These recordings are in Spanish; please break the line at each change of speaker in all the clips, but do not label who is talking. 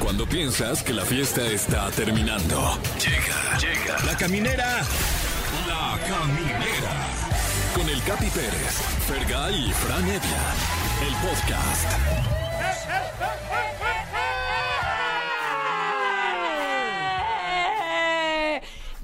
Cuando piensas que la fiesta está terminando. Llega, llega. La caminera. La caminera. Con el Capi Pérez, Fergay y Fran Evia. El podcast.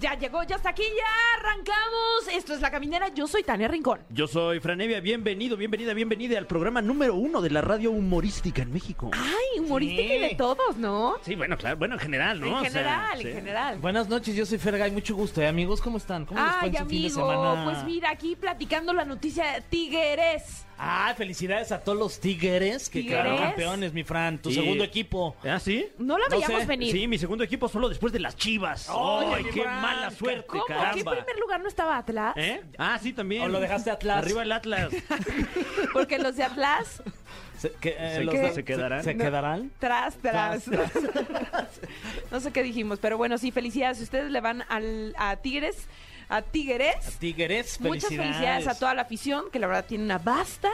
Ya llegó, ya está aquí, ya arrancamos. Esto es La Caminera, yo soy Tania Rincón.
Yo soy Franevia, bienvenido, bienvenida, bienvenida al programa número uno de la radio humorística en México.
Ay, humorística y de todos, ¿no?
Sí, bueno, claro, bueno, en general, ¿no?
En
O sea,
general,
sí.
en general.
Buenas noches, yo soy Fergay, mucho gusto. ¿eh? Amigos, ¿cómo están? ¿Cómo les fue en
Ay,
su fin de
amigo,
semana?
pues mira, aquí platicando la noticia de Tigres.
Ah, felicidades a todos los Tigres que
¿Tigres?
quedaron campeones, mi Fran, tu
Sí.
segundo equipo.
¿Ah, sí?
No la
No
veíamos
sé,
venir.
Sí, mi segundo equipo solo después de las chivas.
Oye,
¡Ay,
mi
qué
Fran,
mala suerte,
¿Cómo? ¿Qué
caramba!
primer lugar no estaba Atlas?
¿Eh? Ah, sí, también.
¿O lo dejaste Atlas?
Arriba el Atlas.
Porque los de Atlas,
Se, que, eh,
¿Se-
los
que-
da-
se quedarán?
¿Se,
No.
quedarán?
tras, tras.
Tras,
no sé qué dijimos, pero bueno, sí, felicidades. Ustedes le van al, a Tigres, a Tigres.
Tigres, felicidades.
Muchas felicidades a toda la afición, que la verdad tiene una vasta,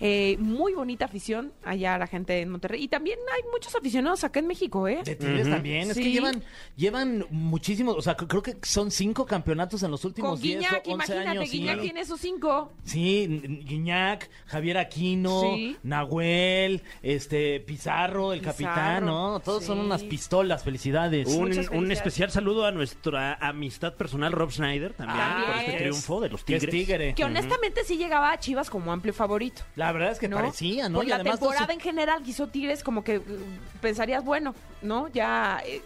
eh, muy bonita afición allá la gente en Monterrey. Y también hay muchos aficionados acá en México, ¿eh?
De Tigres también, es
Sí.
que llevan, llevan muchísimos, o sea, creo que son cinco campeonatos en los
Con
últimos 10
Guiñac,
o 11
imagínate,
años. sí.
Guiñac tiene esos cinco.
Sí, N- Guiñac, Javier Aquino,
Sí.
Nahuel, este Pizarro, el capitán,
Pizarro,
¿no? Todos son
sí.
unas pistolas, felicidades.
Un,
Muchas
un
felicidades.
especial saludo a nuestra amistad personal, Rob Schneider, también,
Ah,
por este
es.
triunfo de los
Que es
Tigres.
tigre.
Que honestamente sí llegaba a Chivas como amplio favorito.
La verdad es que
¿no?
parecía, ¿no?
Por
Y
la
además, e-
temporada
no sé-
en general que hizo Tigres, como que eh, pensarías, bueno, ¿no? Ya eh,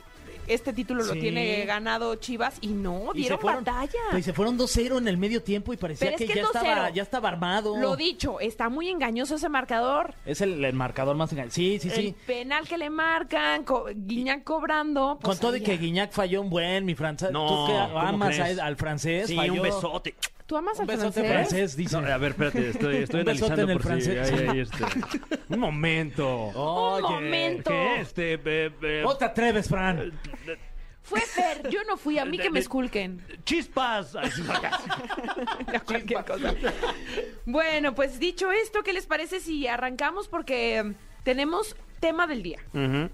este título lo
Sí.
tiene ganado Chivas y no,
y se
dieron
fueron-
batalla.
Pues se fueron 2-0 en el medio tiempo y parecía
Pero es
que,
que
ya,
es 2-0.
estaba, ya estaba armado.
Lo dicho, está muy engañoso ese marcador.
Es el, el marcador más engañoso. Sí, sí,
El
sí.
penal que le marcan, co- Guiñac cobrando. pues,
Con todo de
ahí
que
ya.
Guiñac falló un buen, mi francés.
No,
Tú que
¿cómo
amas
crees?
a- al francés.
Sí,
falló.
un besote.
¿Tú amas
Un
al
besote
francés?
francés, dice.
No, a ver, espérate, estoy, estoy
Un besote
analizando
en el
por si...
francés.
ay, ay, este, Un momento.
Oye,
momento.
Que este... eh, eh,
¿Cómo te atreves, Fran?
Fue Fer, yo no fui, a mí que me esculquen.
¡Chispas! Ay, sí,
No, cualquier cosa. Bueno, pues dicho esto, ¿qué les parece si arrancamos? Porque mm, tenemos tema del día.
Ujú.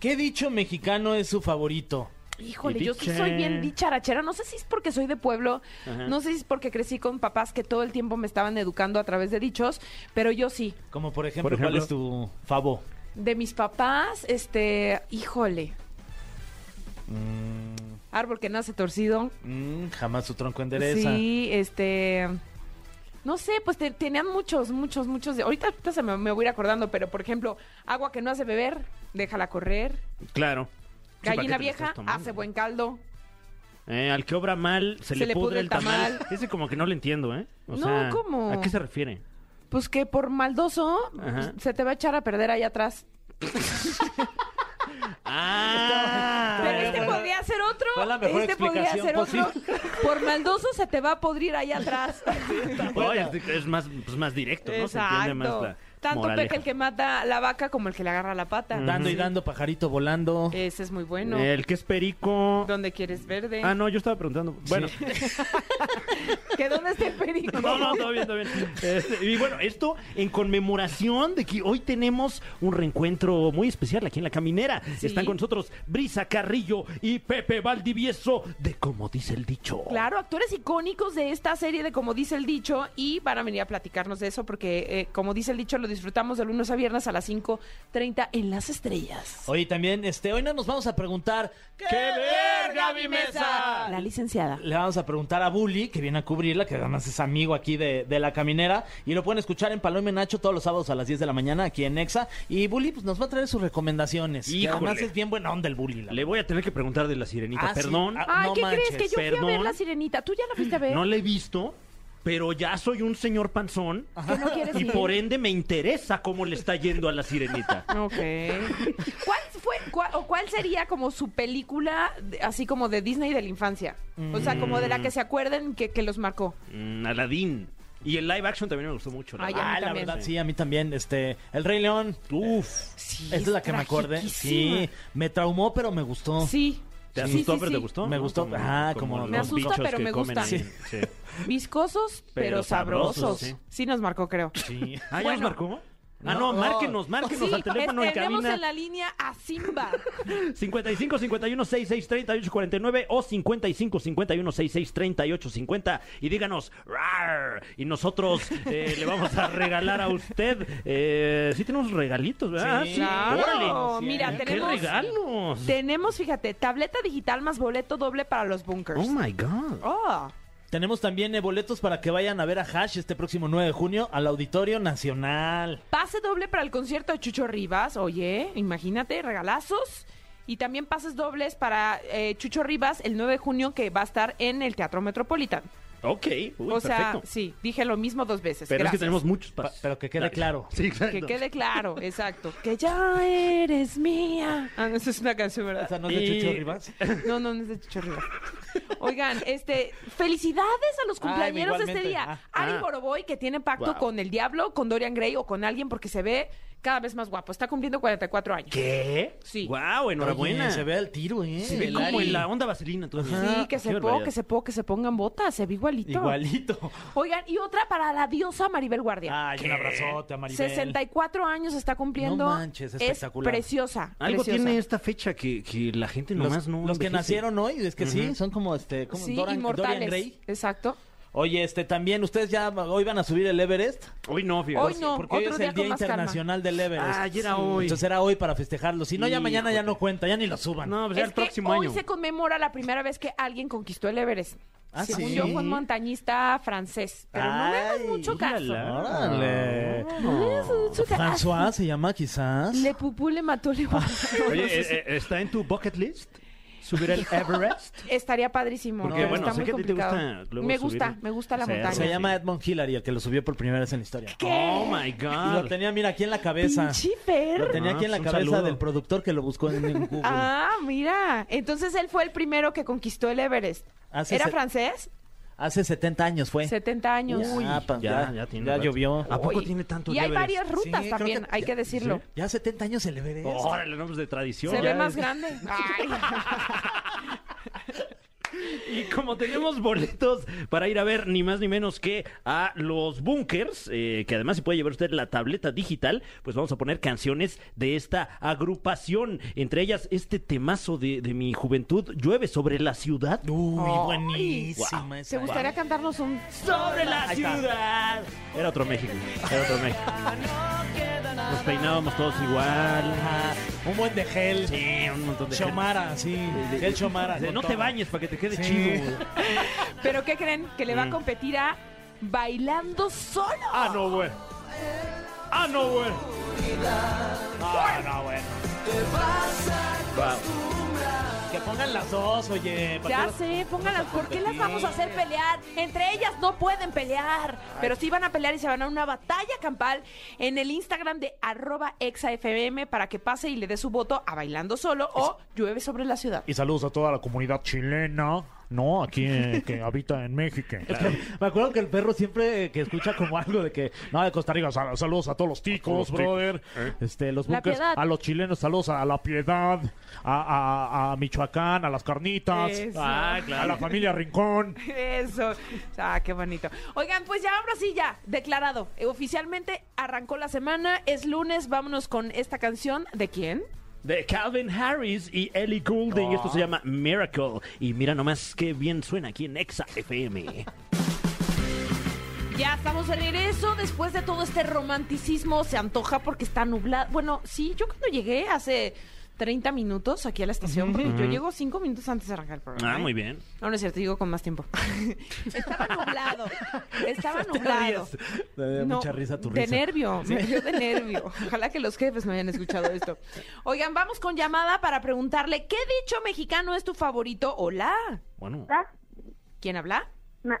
¿Qué dicho mexicano es su favorito?
Híjole,
Y
yo sí
diche.
soy bien dicharachera. No sé si es porque soy de pueblo,
Ajá.
no sé si es porque crecí con papás que todo el tiempo me estaban educando a través de dichos, pero yo sí.
Como por ejemplo,
Por ejemplo.
¿cuál es tu favo?
De mis papás, este, híjole,
Mm.
árbol que nace torcido,
Mm, jamás su tronco endereza.
Sí, este. No sé, pues te- tenían muchos, muchos, muchos. de- ahorita ahorita se me, me voy a ir acordando, pero por ejemplo, agua que no hace beber, déjala correr.
Claro. Sí, ¿para qué te
Gallina
lo
vieja,
estás tomando?
hace buen caldo.
Eh, al que obra mal, se, le, pudre, el tamal. Ese como que no lo entiendo, ¿eh? O
No,
sea,
¿cómo?
¿A qué se refiere?
Pues que por maldoso pues,
Ajá.
se te va a echar a perder ahí atrás.
¡Ah!
Pero este
bueno.
podría ser otro.
Fue la mejor
este podría ser
explicación
otro. Por maldoso se te va a podrir ahí atrás.
Oye, es- es más, pues, más directo, ¿no? Se entiende más la
Tanto
moraleja.
peca el que mata la vaca como el que le agarra la pata.
Dando y dando, pajarito volando.
Ese es muy bueno.
El que es perico...
¿Dónde quieres verde?
Ah, no, yo estaba preguntando. Bueno,
¿Que dónde está el perico?
no, no, todo bien, todo bien. Este, y bueno, esto en conmemoración de que hoy tenemos un reencuentro muy especial aquí en La Caminera.
Sí.
Están con nosotros Brisa Carrillo y Pepe Valdivieso de Como Dice el Dicho.
Claro, actores icónicos de esta serie de Como dice el dicho y van a venir a platicarnos de eso porque eh, Como dice el dicho lo disfrutamos de lunes a viernes a las 5.30 en Las Estrellas.
Oye, también, este, hoy no nos vamos a preguntar. ¡Qué verga, mi mesa!
La licenciada.
Le vamos a preguntar a Bully, que viene a cubrirla, que además es amigo aquí de, de la caminera. Y lo pueden escuchar en Paloma y Nacho todos los sábados a las 10 de la mañana aquí en Nexa. Y Bully pues, nos va a traer sus recomendaciones. Y
Híjole.
además es bien buena onda el Bully. la
Le voy a tener que preguntar de la sirenita,
Ah, sí.
perdón.
Ah,
Ay,
no
¿qué
manches,
crees? Que yo fui a ver
perdón.
La Sirenita. ¿Tú ya la fuiste a ver?
No la he visto, pero ya soy un señor panzón.
¿Que no quieres
Y
ir?
por ende me interesa cómo le está yendo a la sirenita.
Ok. ¿Cuál fue, cuál, o cuál sería como su película de- así como de Disney de la infancia? O sea, como de la que se acuerden que, que los marcó.
Mm, Aladín. Y el live action también me gustó mucho. la
Ay,
verdad.
a mí
Ah, la
también.
verdad, sí, a mí también. Este, El Rey León. Uf.
Sí,
Esta es la que me acordé. Sí, me traumó, pero me gustó.
Sí.
¿Te
Sí,
asustó,
sí,
pero te
sí.
gustó?
Me
¿no?
gustó, ajá, como
Me
los
asusta,
bichos
pero
que
me
comen
gusta.
ahí.
Sí.
Sí.
Viscosos, pero,
Pero sabrosos,
sabrosos.
sí.
Sí nos marcó, creo.
Sí. Ah, ¿ya nos
Bueno.
marcó? Ah, no,
No.
márquenos, márquenos
Sí,
al teléfono en
es- tenemos
cabina.
en la línea a Simba.
55 51 66 38 49 o 55 51 66 38 50 y díganos "Rar", y nosotros eh, le vamos a regalar a usted eh, sí tenemos regalitos ¿verdad?
Sí,
Ah,
claro.
órale.
Mira,
¿Qué
tenemos-
regalos?
tenemos, fíjate, tableta digital más boleto doble para los bunkers.
Oh my god.
Oh.
Tenemos también eh, boletos para que vayan a ver a Hash este próximo 9 de junio al Auditorio Nacional.
Pase doble para el concierto de Chucho Rivas, oye, imagínate, regalazos. Y también pases dobles para eh, Chucho Rivas el 9 de junio que va a estar en el Teatro Metropolitan.
Ok, uy,
o sea,
perfecto.
sí, dije lo mismo dos veces.
Pero es que
gracias.
tenemos muchos pasos.
Pa- pero que quede claro.
Sí, exacto.
Que quede claro, exacto. Que ya eres mía. Ah, no, esa es una canción,
O sea,
¿verdad?
¿no es de
Y-
Chucho Rivas?
No, no, no es de Chucho Rivas. Oigan, este, felicidades a los cumpleañeros de este
igualmente.
día.
Ah,
Ari
ah.
Boroboy, que tiene pacto
Wow.
con el diablo, con Dorian Gray o con alguien porque se ve cada vez más guapo. Está cumpliendo 44 años.
¿Qué?
Sí.
Wow, enhorabuena.
Oye, se ve al tiro, ¿eh?
Se ve
El
como
Ari.
en la onda vaselina todavía.
Sí, que se,
Qué
po,
barbaridad.
que se po, que se pongan botas, se ve igualito.
Ah, Igualito.
Oigan, y otra para la diosa Maribel Guardia.
Ay, un abrazote a Maribel.
64 años está cumpliendo.
No manches, espectacular.
Es preciosa.
Algo
preciosa.
tiene esta fecha que, que la gente
Los,
nomás no
los que
envejece.
nacieron hoy, es que sí, son como este, como
Sí,
Doran,
inmortales.
Dorian Gray.
Exacto.
Oye, este también, ¿ustedes ya hoy van a subir el Everest?
Hoy no, fíjate.
Hoy no.
Porque hoy
otro
es
día
el
con
Día
más calma.
Internacional del Everest.
Ah, ya era
Sí.
hoy.
Entonces era hoy para festejarlo. Si no, ya mañana ya
Híjole.
no cuenta, ya ni lo suban.
No, pues ya
Es
el
que
próximo
hoy
año.
se conmemora la primera vez que alguien conquistó el Everest.
Ah,
Según
¿sí?
yo, fue un montañista francés. Pero no le hagas
Ay,
mucho caso.
mírala.
Órale.
No le hagas mucho caso. Ah,
François se llama quizás.
Le pupú, le mató, le
Oye, eh, eh, ¿está en tu bucket list subir el Everest?
Estaría padrísimo.
Porque,
pero
bueno,
está
sé
muy
que a ti te
complicado.
gusta luego
me gusta,
subir.
me gusta la
O sea,
montaña.
se llama Edmond Hillary, el que lo subió por primera vez en la historia.
Oh my
Y lo
God.
tenía, mira, aquí en la cabeza.
Pinche Fer.
Lo tenía
Ah,
aquí en la
pues un
cabeza
saludo.
del productor que lo buscó en en Google.
Ah, mira. Entonces él fue el primero que conquistó el Everest.
Ah,
Hace
¿Era
se-
francés?
Hace 70 años fue.
70 años.
Uy, Ah, pa- ya- ya
rato.
llovió.
¿A poco
Uy.
tiene tanto
Y hay
Everest?
varias rutas
Sí, creo
también,
que-
hay que decirlo.
Ya 70 años el Everest.
Órale, nombres de tradición.
Se
ya
ve más
es-
grande. Ay.
Y como tenemos boletos para ir a ver ni más ni menos que a los bunkers, eh, que además se puede llevar usted la tableta digital, pues vamos a poner canciones de esta agrupación. Entre ellas, este temazo de, de mi juventud, Llueve sobre la ciudad.
Uy,
Ay.
buenísima esa.
¿Te gustaría cantarnos un
sobre la
Ahí está.
ciudad. Era otro México, era otro México. Nos peinábamos todos igual.
Ajá, Un buen de gel.
Sí, un montón de gente.
Chomara, sí. Gel Chomara.
De
con
No te
todo.
bañes para que te quede
Sí.
chido.
¿Pero qué creen? Que le va a competir a Bailando Solo.
Ah, no, güey. Ah, no, güey. Ah, no, güey.
Que pongan las dos, oye.
Ya
para que-
sé, pónganlas. ¿Por qué las vamos a hacer pelear? Entre ellas no pueden pelear. Pero sí van a pelear y se van a una batalla campal en el Instagram de arroba exafm para que pase y le dé su voto a Bailando Solo o Llueve sobre la ciudad.
Y saludos a toda la comunidad chilena, ¿no? Aquí eh, que habita en México.
Me acuerdo que el perro siempre eh, que escucha como algo de que, no, de Costa Rica, sal- saludos a todos los ticos,
A todos los
brother. Este, los
La
bunkers,
piedad.
A los chilenos, saludos a la piedad, a, a- a Michoacán, a las carnitas,
Eso.
Ah,
a la
claro.
familia Rincón.
Eso. Ah, qué bonito. Oigan, pues ya ahora sí, ya, declarado. Eh, Oficialmente arrancó la semana, es lunes, vámonos con esta canción. ¿De quién?
De Calvin Harris y Ellie Goulding. Esto se llama Miracle. Y mira nomás qué bien suena aquí en Exa FM.
Ya estamos de regreso. Después de todo este romanticismo, se antoja porque está nublado. Bueno, sí, yo cuando llegué hace 30 minutos aquí a la estación, porque yo llego 5 minutos antes de arrancar el programa. ¿eh?
Ah, muy bien.
No, no es cierto, digo con más tiempo. estaba nublado. Estaba nublado.
ríes. Te da mucha risa tu
de
risa.
nervio, me dio de nervio. Ojalá que los jefes no hayan escuchado esto. Oigan, vamos con llamada para preguntarle qué dicho mexicano es tu favorito. Hola,
Bueno.
Hola,
¿quién habla?
Ma-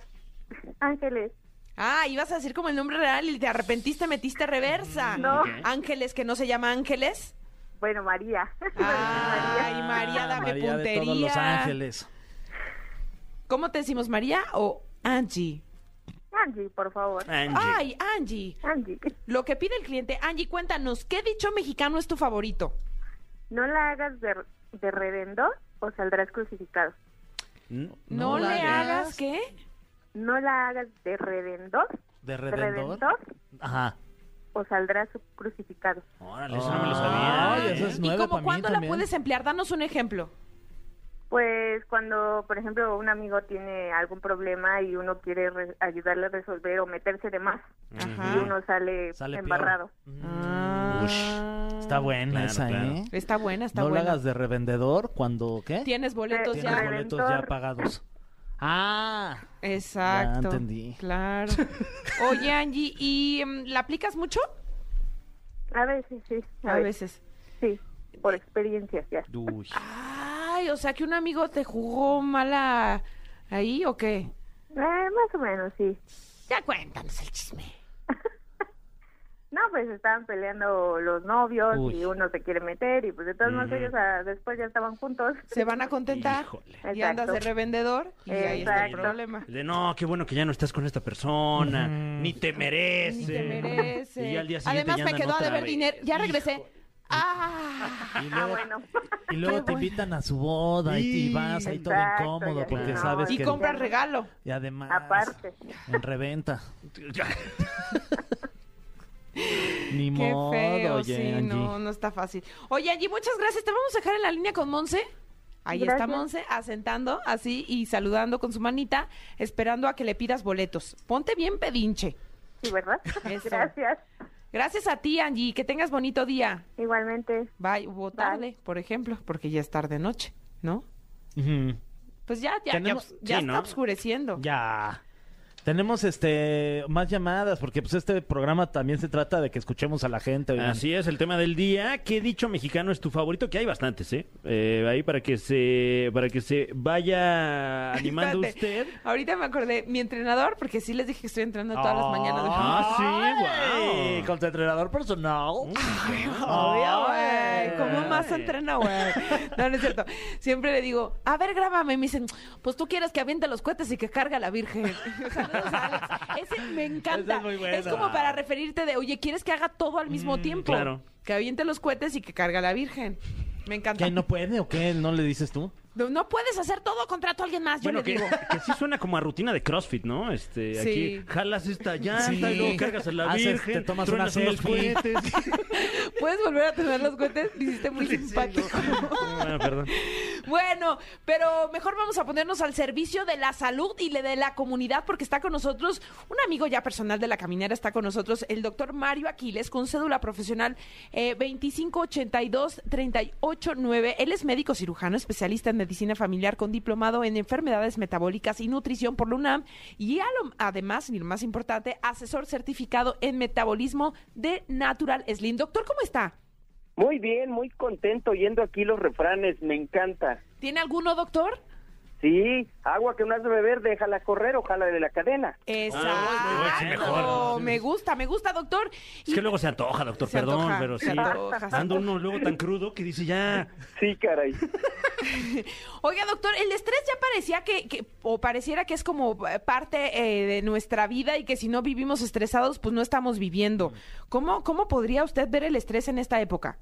Ángeles.
Ah, ibas a decir como el nombre real y te arrepentiste, metiste reversa.
No.
Ok.
Ángeles, que no se llama Ángeles.
Bueno, María.
Ah.
Ay, María, dame
María de
puntería.
todos Los Ángeles.
¿Cómo te decimos, María o Angie?
Angie, por favor.
Angie.
Ay, Angie.
Angie,
Lo que pide el cliente. Angie, cuéntanos, ¿qué dicho mexicano es tu favorito?
no la hagas de, de redondo o saldrás crucificado.
No,
No, le hagas, ¿qué?
No la hagas de redondo,
¿De
de
Redendor?
redondo
Ajá.
o saldrás crucificado.
Órale, eso no me lo sabía.
Ay,
¿eh?
eso es
¿Y
nueva
cómo
para mí
cuándo la
también. ¿eh?
puedes emplear? Danos un ejemplo.
Pues cuando, por ejemplo, un amigo tiene algún problema y uno quiere re- ayudarle a resolver o meterse de más y
Ajá.
uno sale,
Sale peor.
embarrado.
Ah.
Ush.
Está buena
Claro,
esa,
claro.
¿eh?
Está buena, está
no
buena.
la hagas de revendedor cuando, ¿qué?
Tienes boletos
Tienes
Tienes
ya.
boletos.
boletos ya
Reventor.
pagados. Ah,
Exacto.
Ya entendí.
Claro. Oye, Angie, ¿y mm, la aplicas mucho?
A veces sí, a,
A
veces.
veces.
sí, por experiencias ya.
Uy.
Ay, o sea que un amigo te jugó mala ahí o qué?
Eh, más o menos sí.
Ya cuéntanos el chisme.
No, pues estaban peleando los novios
Uy.
y uno se quiere meter y pues de todos modos ellos ah, después ya estaban juntos.
Se van a contentar
Híjole.
y andas de
Exacto.
revendedor y ahí está el
Exacto.
problema.
De no, qué bueno que ya no estás con esta persona, ni te merece.
Ni te merece.
Y al día siguiente
Además
ya
me
andan
quedó a
otra
deber
vez.
dinero. Ya regresé. Ah.
y
Ah,
luego,
bueno.
y luego te invitan a su boda y, y vas ahí todo
Exacto,
incómodo
ya
porque
no.
sabes
Y
que...
compras regalo.
Y además...
Aparte.
En reventa. Ni
Qué
modo,
feo,
oye,
sí,
Angie.
no, no está fácil. Oye, Angie, muchas gracias. Te vamos a dejar en la línea con Monse. Ahí está
Gracias.
Monse asentando así y saludando con su manita, esperando a que le pidas boletos. Ponte bien pedinche.
Sí, ¿verdad?
Eso.
Gracias.
Gracias a ti, Angie, que tengas bonito día.
Igualmente.
Bye, hubo tarde, por ejemplo, porque ya es tarde noche, ¿no?
Ujú.
Pues ya, ya,
Tenemos-
ya, ya
sí,
está
¿no?
oscureciendo.
Ya. Tenemos este más llamadas porque pues este programa también se trata de que escuchemos a la gente. oigan.
Así es, el tema del día. ¿Qué dicho mexicano es tu favorito? Que hay bastantes, ¿eh? Eh, ahí para que se para que se vaya animando
Espérate,
usted.
Ahorita me acordé, mi entrenador, porque sí les dije que estoy entrenando todas las mañanas.
Ah, sí,
Ay,
guau.
Con tu Oh. entrenador personal.
Obvio,
Ay.
güey. ¿Cómo más entrena, güey? No, no es cierto. Siempre le digo, a ver, grábame. Y me dicen, pues tú quieres que aviente los cohetes y que carga la Virgen. Saludos a Alex. Ese me encanta.
Esa es muy buena.
como para referirte de, oye, ¿quieres que haga todo al mismo tiempo?
Mm, claro.
Que aviente los cohetes y que carga la Virgen. Me encanta.
¿Qué no puede o qué? ¿No le dices tú?
No, no puedes hacer todo, contrato a alguien más, yo
Bueno,
le
que,
digo.
que sí suena como a rutina de CrossFit, ¿no? Este,
Sí.
aquí jalas esta llanta y luego cargas a la
Haces-
virgen,
te tomas una
truenas unos
selfie.
cohetes.
¿Puedes volver a tener los cohetes? Lo hiciste muy simpático.
Ah, perdón.
Bueno, pero mejor vamos a ponernos al servicio de la salud y le- de la comunidad porque está con nosotros un amigo ya personal de la caminera, está con nosotros el doctor Mario Aquiles con cédula profesional eh, 2582-389. Él es médico cirujano, especialista en medicina familiar con diplomado en enfermedades metabólicas y nutrición por la UNAM y a lo- además, y lo más importante, asesor certificado en metabolismo de Natural Slim. Doctor, ¿cómo está?
Muy bien, muy contento oyendo aquí los refranes, me encanta.
¿Tiene alguno, doctor?
Sí, agua que no has de beber, déjala correr, ojalá de la cadena.
Exacto. Oh,
Ah, sí, mejor.
Me gusta, me gusta, doctor.
Es que luego se antoja, doctor,
Se
perdón,
antoja,
pero
se
sí.
antoja, se
Ando
antoja.
uno luego tan crudo que dice ya.
Sí, caray.
Oiga, doctor, el estrés ya parecía que, que- o pareciera que es como eh, parte eh, de nuestra vida y que si no vivimos estresados, pues no estamos viviendo. ¿Cómo, cómo podría usted ver el estrés en esta época?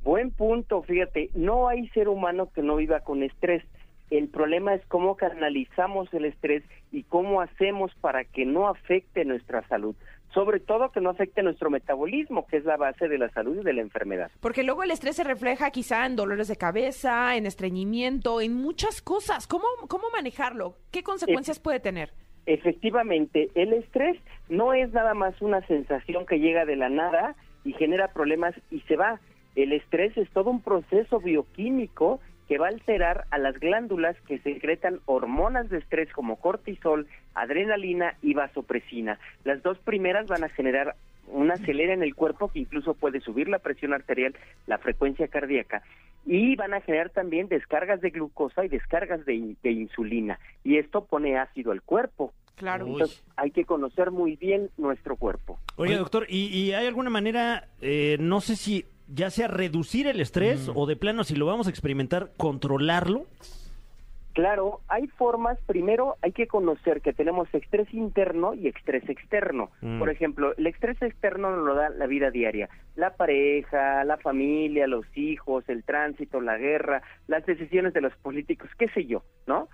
Buen punto, fíjate, no hay ser humano que no viva con estrés. El problema es cómo canalizamos el estrés y cómo hacemos para que no afecte nuestra salud, sobre todo que no afecte nuestro metabolismo, que es la base de la salud y de la enfermedad.
Porque luego el estrés se refleja quizá en dolores de cabeza, en estreñimiento, en muchas cosas. ¿Cómo, cómo manejarlo? ¿Qué
Eh,
consecuencias puede tener?
Efectivamente, el estrés no es nada más una sensación que llega de la nada y genera problemas y se va. El estrés es todo un proceso bioquímico que va a alterar a las glándulas que secretan hormonas de estrés como cortisol, adrenalina y vasopresina. Las dos primeras van a generar una acelera en el cuerpo que incluso puede subir la presión arterial, la frecuencia cardíaca y van a generar también descargas de glucosa y descargas de, in- de insulina y esto pone ácido al cuerpo.
Claro.
Uy.
Entonces, hay que conocer muy bien nuestro cuerpo.
Oye, doctor, ¿y, y hay alguna manera, eh, no sé si ya sea reducir el
Mm.
estrés o de plano, si lo vamos a experimentar, controlarlo?
Claro, hay formas, primero hay que conocer que tenemos estrés interno y estrés externo.
Mm.
Por ejemplo, el estrés externo nos lo da la vida diaria, la pareja, la familia, los hijos, el tránsito, la guerra, las decisiones de los políticos, qué sé yo, ¿no?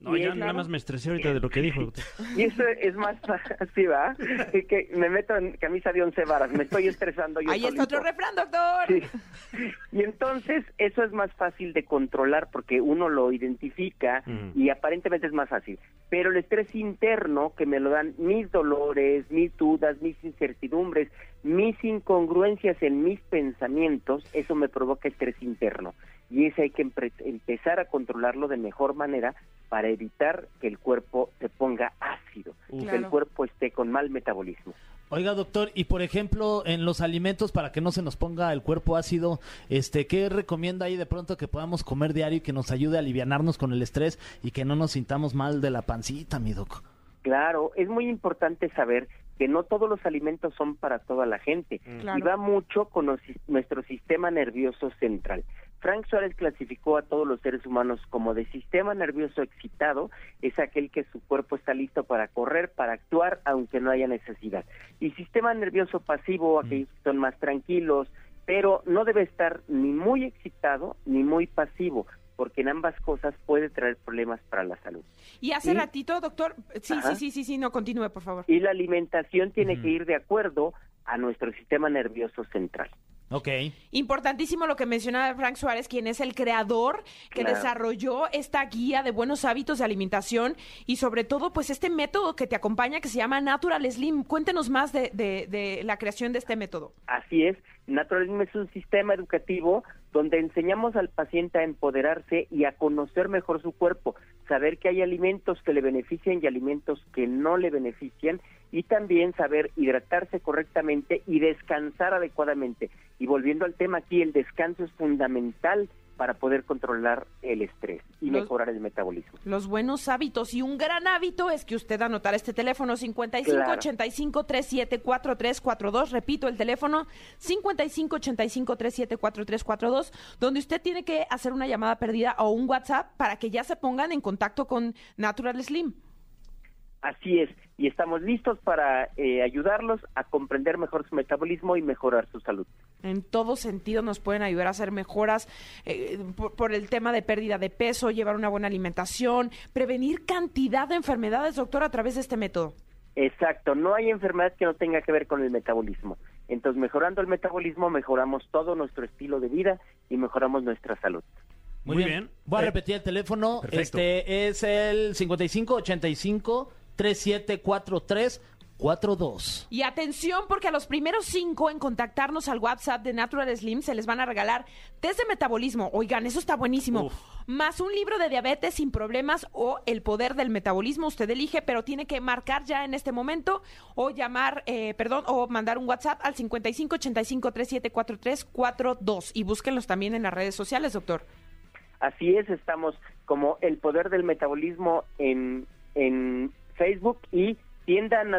No,
y
ya
es
nada
nada-
más me estresé ahorita de lo que dijo.
Y eso es más así, ¿va? Que, que me meto en camisa de once varas, me estoy estresando yo
Ahí está
solito.
otro refrán, doctor.
Sí. Y entonces eso es más fácil de controlar porque uno lo identifica
Mm.
y aparentemente es más fácil. Pero el estrés interno que me lo dan mis dolores, mis dudas, mis incertidumbres, mis incongruencias en mis pensamientos, eso me provoca estrés interno. Y ese hay que empre- empezar a controlarlo de mejor manera para evitar que el cuerpo se ponga ácido, que el
Claro.
cuerpo esté con mal metabolismo.
Oiga, doctor, y por ejemplo, en los alimentos para que no se nos ponga el cuerpo ácido, este, ¿qué recomienda ahí de pronto que podamos comer diario y que nos ayude a alivianarnos con el estrés y que no nos sintamos mal de la pancita, mi doc?
Claro, es muy importante saber que no todos los alimentos son para toda la gente y
Claro.
va mucho con nos- nuestro sistema nervioso central. Frank Suárez clasificó a todos los seres humanos como de sistema nervioso excitado, es aquel que su cuerpo está listo para correr, para actuar, aunque no haya necesidad. Y sistema nervioso pasivo, aquellos que son más tranquilos, pero no debe estar ni muy excitado ni muy pasivo, porque en ambas cosas puede traer problemas para la salud.
Y hace
¿Sí?
ratito, doctor. Sí,
Ajá.
sí, sí, sí, sí, no, continúe, por favor.
y la alimentación tiene que ir de acuerdo a nuestro sistema nervioso central.
Ok.
Importantísimo lo que mencionaba Frank Suárez, quien es el creador que
Claro.
desarrolló esta guía de buenos hábitos de alimentación y sobre todo pues este método que te acompaña que se llama Natural Slim. Cuéntenos más de, de- de la creación de este método.
Así es, Naturalism es un sistema educativo donde enseñamos al paciente a empoderarse y a conocer mejor su cuerpo, saber que hay alimentos que le benefician y alimentos que no le benefician y también saber hidratarse correctamente y descansar adecuadamente. Y volviendo al tema aquí, el descanso es fundamental para poder controlar el estrés y
Los-
mejorar el metabolismo.
Los buenos hábitos y un gran hábito es que usted anotara este teléfono 55
Claro.
85 37 4342. Repito el teléfono 55 85 37 4342, donde usted tiene que hacer una llamada perdida o un WhatsApp para que ya se pongan en contacto con Natural Slim.
Así es, y estamos listos para eh, ayudarlos a comprender mejor su metabolismo y mejorar su salud.
En todo sentido nos pueden ayudar a hacer mejoras eh, por, por el tema de pérdida de peso, llevar una buena alimentación, prevenir cantidad de enfermedades, doctor, a través de este método.
Exacto, no hay enfermedad que no tenga que ver con el metabolismo. Entonces, mejorando el metabolismo, mejoramos todo nuestro estilo de vida y mejoramos nuestra salud.
Muy bien.
Voy a
Eh,
repetir el teléfono.
perfecto.
Este es el 55 85 3743 42.
Y atención, porque a los primeros cinco en contactarnos al WhatsApp de Natural Slim se les van a regalar test de metabolismo. Oigan, eso está buenísimo.
Uf.
Más un libro de diabetes sin problemas o el poder del metabolismo. Usted elige, pero tiene que marcar ya en este momento o llamar, eh, perdón, o mandar un WhatsApp al 55 85 37 43 42. Y búsquenlos también en las redes sociales, doctor.
Así es, estamos como el poder del metabolismo en, en Facebook y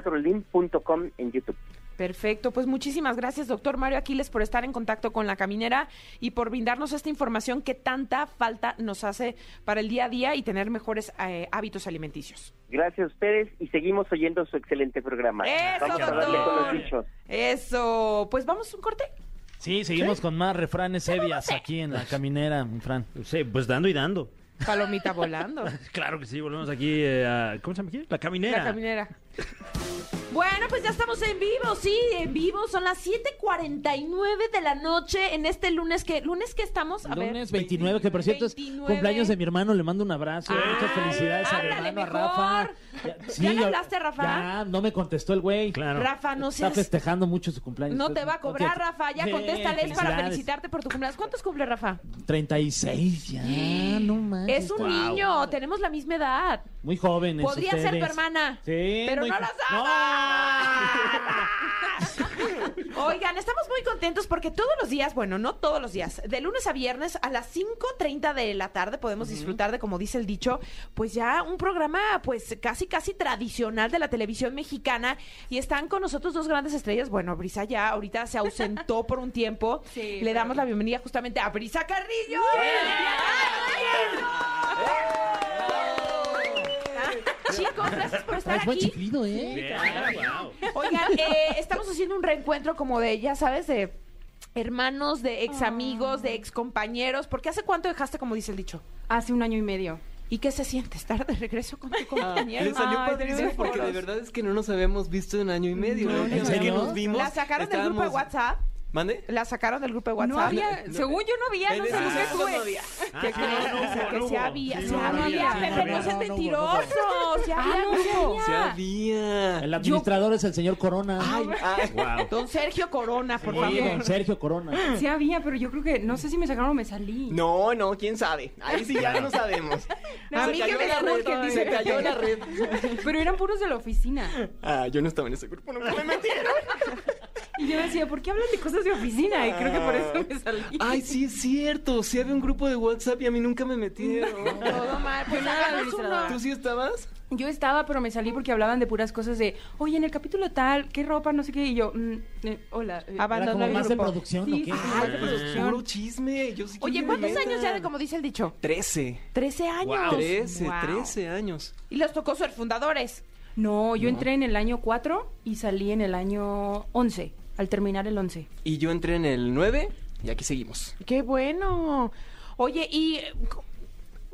tiendanaturalin.com en YouTube.
Perfecto, pues muchísimas gracias, doctor Mario Aquiles, por estar en contacto con la caminera y por brindarnos esta información que tanta falta nos hace para el día a día y tener mejores eh, hábitos alimenticios.
Gracias a ustedes y seguimos oyendo su excelente programa.
Eso,
Vamos a darle con los
doctor.
dichos.
Eso, pues vamos a un corte.
Sí, seguimos con más refranes evias aquí en la caminera, mi Fran.
Sí, pues dando y dando.
Palomita volando.
Claro que sí, volvemos aquí eh, a... ¿Cómo se llama aquí? La caminera.
La caminera. Bueno, pues ya estamos en vivo, sí, en vivo. Son las 7:49 de la noche en este lunes que lunes que estamos, a ver.
Lunes 29, que por cierto es
29.
cumpleaños de mi hermano, le mando un abrazo.
Ay,
Muchas felicidades a mi
háblale
hermano, a
Ah, mejor.
Rafa.
¿Ya le hablaste a Rafa?
Ya, no me contestó el güey.
Claro.
Rafa, no
Está
seas
festejando mucho su cumpleaños.
No te va a cobrar,
Ok.
Rafa. Ya
Sí,
contéstale es para
felicidades.
felicitarte por tu cumpleaños. ¿Cuántos cumple, Rafa?
36, ya, Ah, no más.
Es un niño, tenemos la misma edad.
Muy joven.
Podría ser tu hermana.
Sí,
Pero
muy-
no lo sabes. Oigan, estamos muy contentos porque todos los días, bueno, no todos los días, de lunes a viernes a las 5.30 de la tarde podemos disfrutar de, como dice el dicho, pues ya un programa pues casi, casi tradicional de la televisión mexicana y están con nosotros dos grandes estrellas. Bueno, Brisa ya ahorita se ausentó por un tiempo.
Sí,
Le
pero-
damos la bienvenida justamente a Brisa Carrillo. Chicos, gracias por estar
Traes buen
aquí.
chiflido, ¿eh?
Bien, wow.
Oigan, eh, estamos haciendo un reencuentro como de, ya sabes, de hermanos, de ex amigos, de ex compañeros, porque Ah. hace cuánto dejaste, como dice el dicho.
Hace un año y medio.
¿Y Ah. qué se siente estar de regreso con tu compañera?
Le salió
Ay,
padrísimo
tenemos
porque de
fotos.
verdad es que no nos habíamos visto en año y medio.
No,
¿no?
¿en
O sea, que
serio?
nos vimos.
¿La sacaron del grupo de
estábamos-
WhatsApp?
¿Mande?
¿La sacaron del grupo de WhatsApp?
No había, según yo no había, no
En
sé lo
ese
que
momento
tuve.
no había.
Que
Ah, no hubo,
que
no
se
hubo.
había,
Sí,
se
no
había.
había.
Pepe, no
No,
seas
no hubo, no hubo.
mentiroso. Se
Ah,
había,
no se
grupo.
Se
había.
había.
El administrador es el señor Corona.
Ay, ay.
Wow.
Don Sergio Corona, por
Sí,
favor.
don Sergio Corona.
Sí había, pero yo creo que, no sé si me sacaron o me salí.
No, no, quién sabe. Ahí sí ya no sabemos.
No,
se
a mí
cayó
que me
la
escuchen,
red.
dice
Se cayó la red.
Pero eran puros de la oficina.
Ah, yo no estaba en ese grupo, no me metieron.
Y yo decía, ¿por qué hablan de cosas de oficina? Y creo que por eso me salí.
Ay, sí es cierto. Sí había un grupo de WhatsApp y a mí nunca me metieron.
Todo mal. Pues
Nada,
háganos
administrador.
uno.
¿Tú sí estabas?
Yo estaba, pero me salí porque hablaban de puras cosas de, oye, en el capítulo tal, qué ropa, no sé qué. Y yo, mm, eh, hola. eh,
Era
Abandonó
como
el
más en
grupo.
producción, ¿o
sí,
qué?
sí, sí, de producción.
Puro chisme. Yo sí
Oye,
quiero
¿cuántos
que me
años ya de,
metan.
como dice el dicho?
Trece.
13 años.
Trece,
Wow.
trece años.
Y los tocó ser fundadores.
No, yo entré en el año 4 y salí en el año 11, al terminar el 11.
Y yo entré en el 9 y aquí seguimos.
Qué bueno. Oye, y eh, co-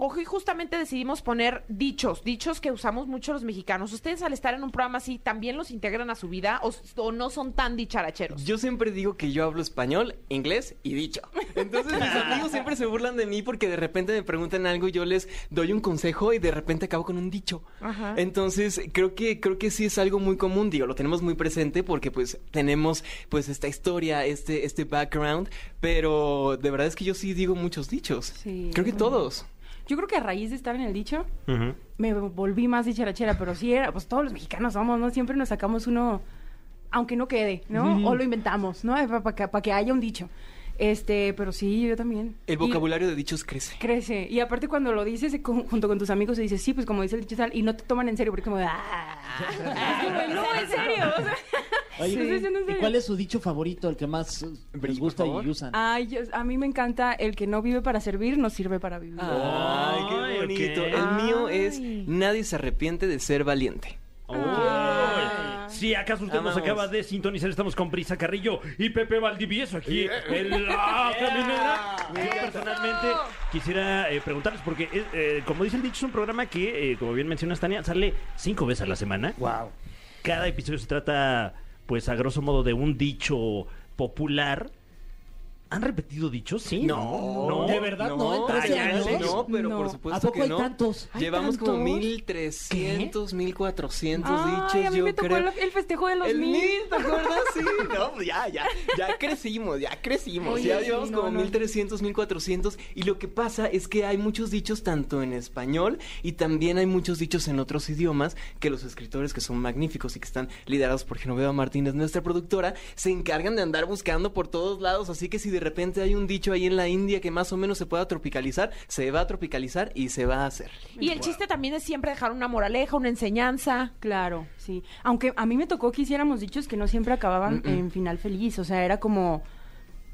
hoy justamente decidimos poner dichos, dichos que usamos mucho los mexicanos. ¿Ustedes al estar en un programa así también los integran a su vida o, s- o no son tan dicharacheros?
Yo siempre digo que yo hablo español, inglés y dicho. Entonces mis amigos siempre se burlan de mí porque de repente me preguntan algo y yo les doy un consejo y de repente acabo con un dicho.
Ajá.
Entonces creo que creo que sí es algo muy común, digo, lo tenemos muy presente porque pues tenemos pues esta historia, este este background, pero de verdad es que yo sí digo muchos dichos.
Sí.
Creo que todos.
Yo creo que a raíz de estar en el dicho, me volví más dicharachera, pero sí era, pues todos los mexicanos somos, ¿no? Siempre nos sacamos uno, aunque no quede, ¿no? O lo inventamos, ¿no? Para que, pa' que haya un dicho. Este, pero sí, yo también.
El
Y
vocabulario de dichos crece.
crece. Y aparte cuando lo dices eh, con- junto con tus amigos, y dices, sí, pues como dice el dicho tal, y no te toman en serio, porque como, de, "Ah". Es como, no, en serio. o sea,
Oye,
lo estoy diciendo en
¿y
serio.
cuál es su dicho favorito, el que más eh, les
Bri, por
gusta y
favor.
usan?
Ay, yo- a mí me encanta el que no vive para servir, no sirve para vivir.
Ah, Ay,
Ay,
qué bonito.
ok.
El mío es
Ay.
nadie se arrepiente de ser valiente.
Ah.
Si acaso usted
Amamos.
nos acaba de sintonizar, estamos con Brisa Carrillo y Pepe Valdivieso aquí en La Caminera. Yo personalmente quisiera eh, preguntarles, porque es, eh, como dice el dicho, es un programa que, eh, como bien mencionas, Tania, sale cinco veces a la semana.
Wow.
Cada episodio se trata, pues a grosso modo, de un dicho popular. ¿Han repetido dichos? Sí.
No.
no.
¿De verdad no? ¿En
Ah,
trece
ya,
años?
sí, No, pero
No.
por
¿A
supuesto
poco
que
hay
no.
tantos?
Llevamos
tantos?
como 1300, 1400
Ay,
dichos,
a mí
yo
me tocó
creo.
el, el festejo de los
El
mil.
mil, ¿te acuerdas? Sí, no, pues ya, ya, ya crecimos, ya crecimos,
Oye,
ya
sí,
llevamos
no,
como
no.
1300, 1400 y lo que pasa es que hay muchos dichos tanto en español y también hay muchos dichos en otros idiomas que los escritores que son magníficos y que están liderados por Genoveva Martínez, nuestra productora, se encargan de andar buscando por todos lados, así que si de repente hay un dicho ahí en la India que más o menos se pueda tropicalizar, se va a tropicalizar y se va a hacer.
Y el chiste también es siempre dejar una moraleja, una enseñanza.
Claro, sí. Aunque a mí me tocó que hiciéramos dichos que no siempre acababan en final feliz. O sea, era como,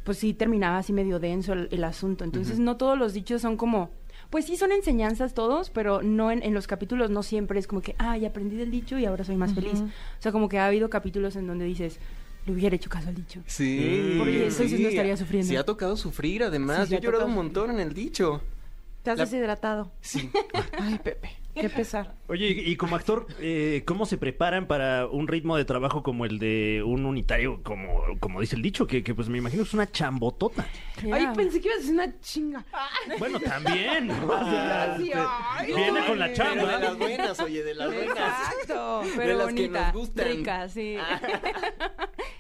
pues sí, terminaba así medio denso el, el asunto. Entonces, no todos los dichos son como, pues sí, son enseñanzas todos, pero no en, en los capítulos no siempre es como que, ay, aprendí del dicho y ahora soy más feliz. O sea, como que ha habido capítulos en donde dices, le hubiera hecho caso al dicho.
Sí,
Porque entonces no estaría sufriendo.
Sí, ha tocado sufrir,
Sí,
además. Yo
ya
he
ha
llorado un
tocado
montón en el dicho.
Te has
La-
deshidratado.
Sí.
Ay, Pepe. Qué pesar.
Oye, y y como actor, eh, ¿cómo se preparan para un ritmo de trabajo como el de un unitario, como, como dice el dicho, que, que, pues me imagino es una chambotota?
Ay,
Era-
pensé que ibas a decir una chinga.
Bueno, también. ¿no? O sea,
Ay, ay,
viene con la
Pero de
chamba.
las buenas, oye, de las buenas.
Exacto,
De
pero
las que
bonita,
nos gustan.
rica, sí.
Ah.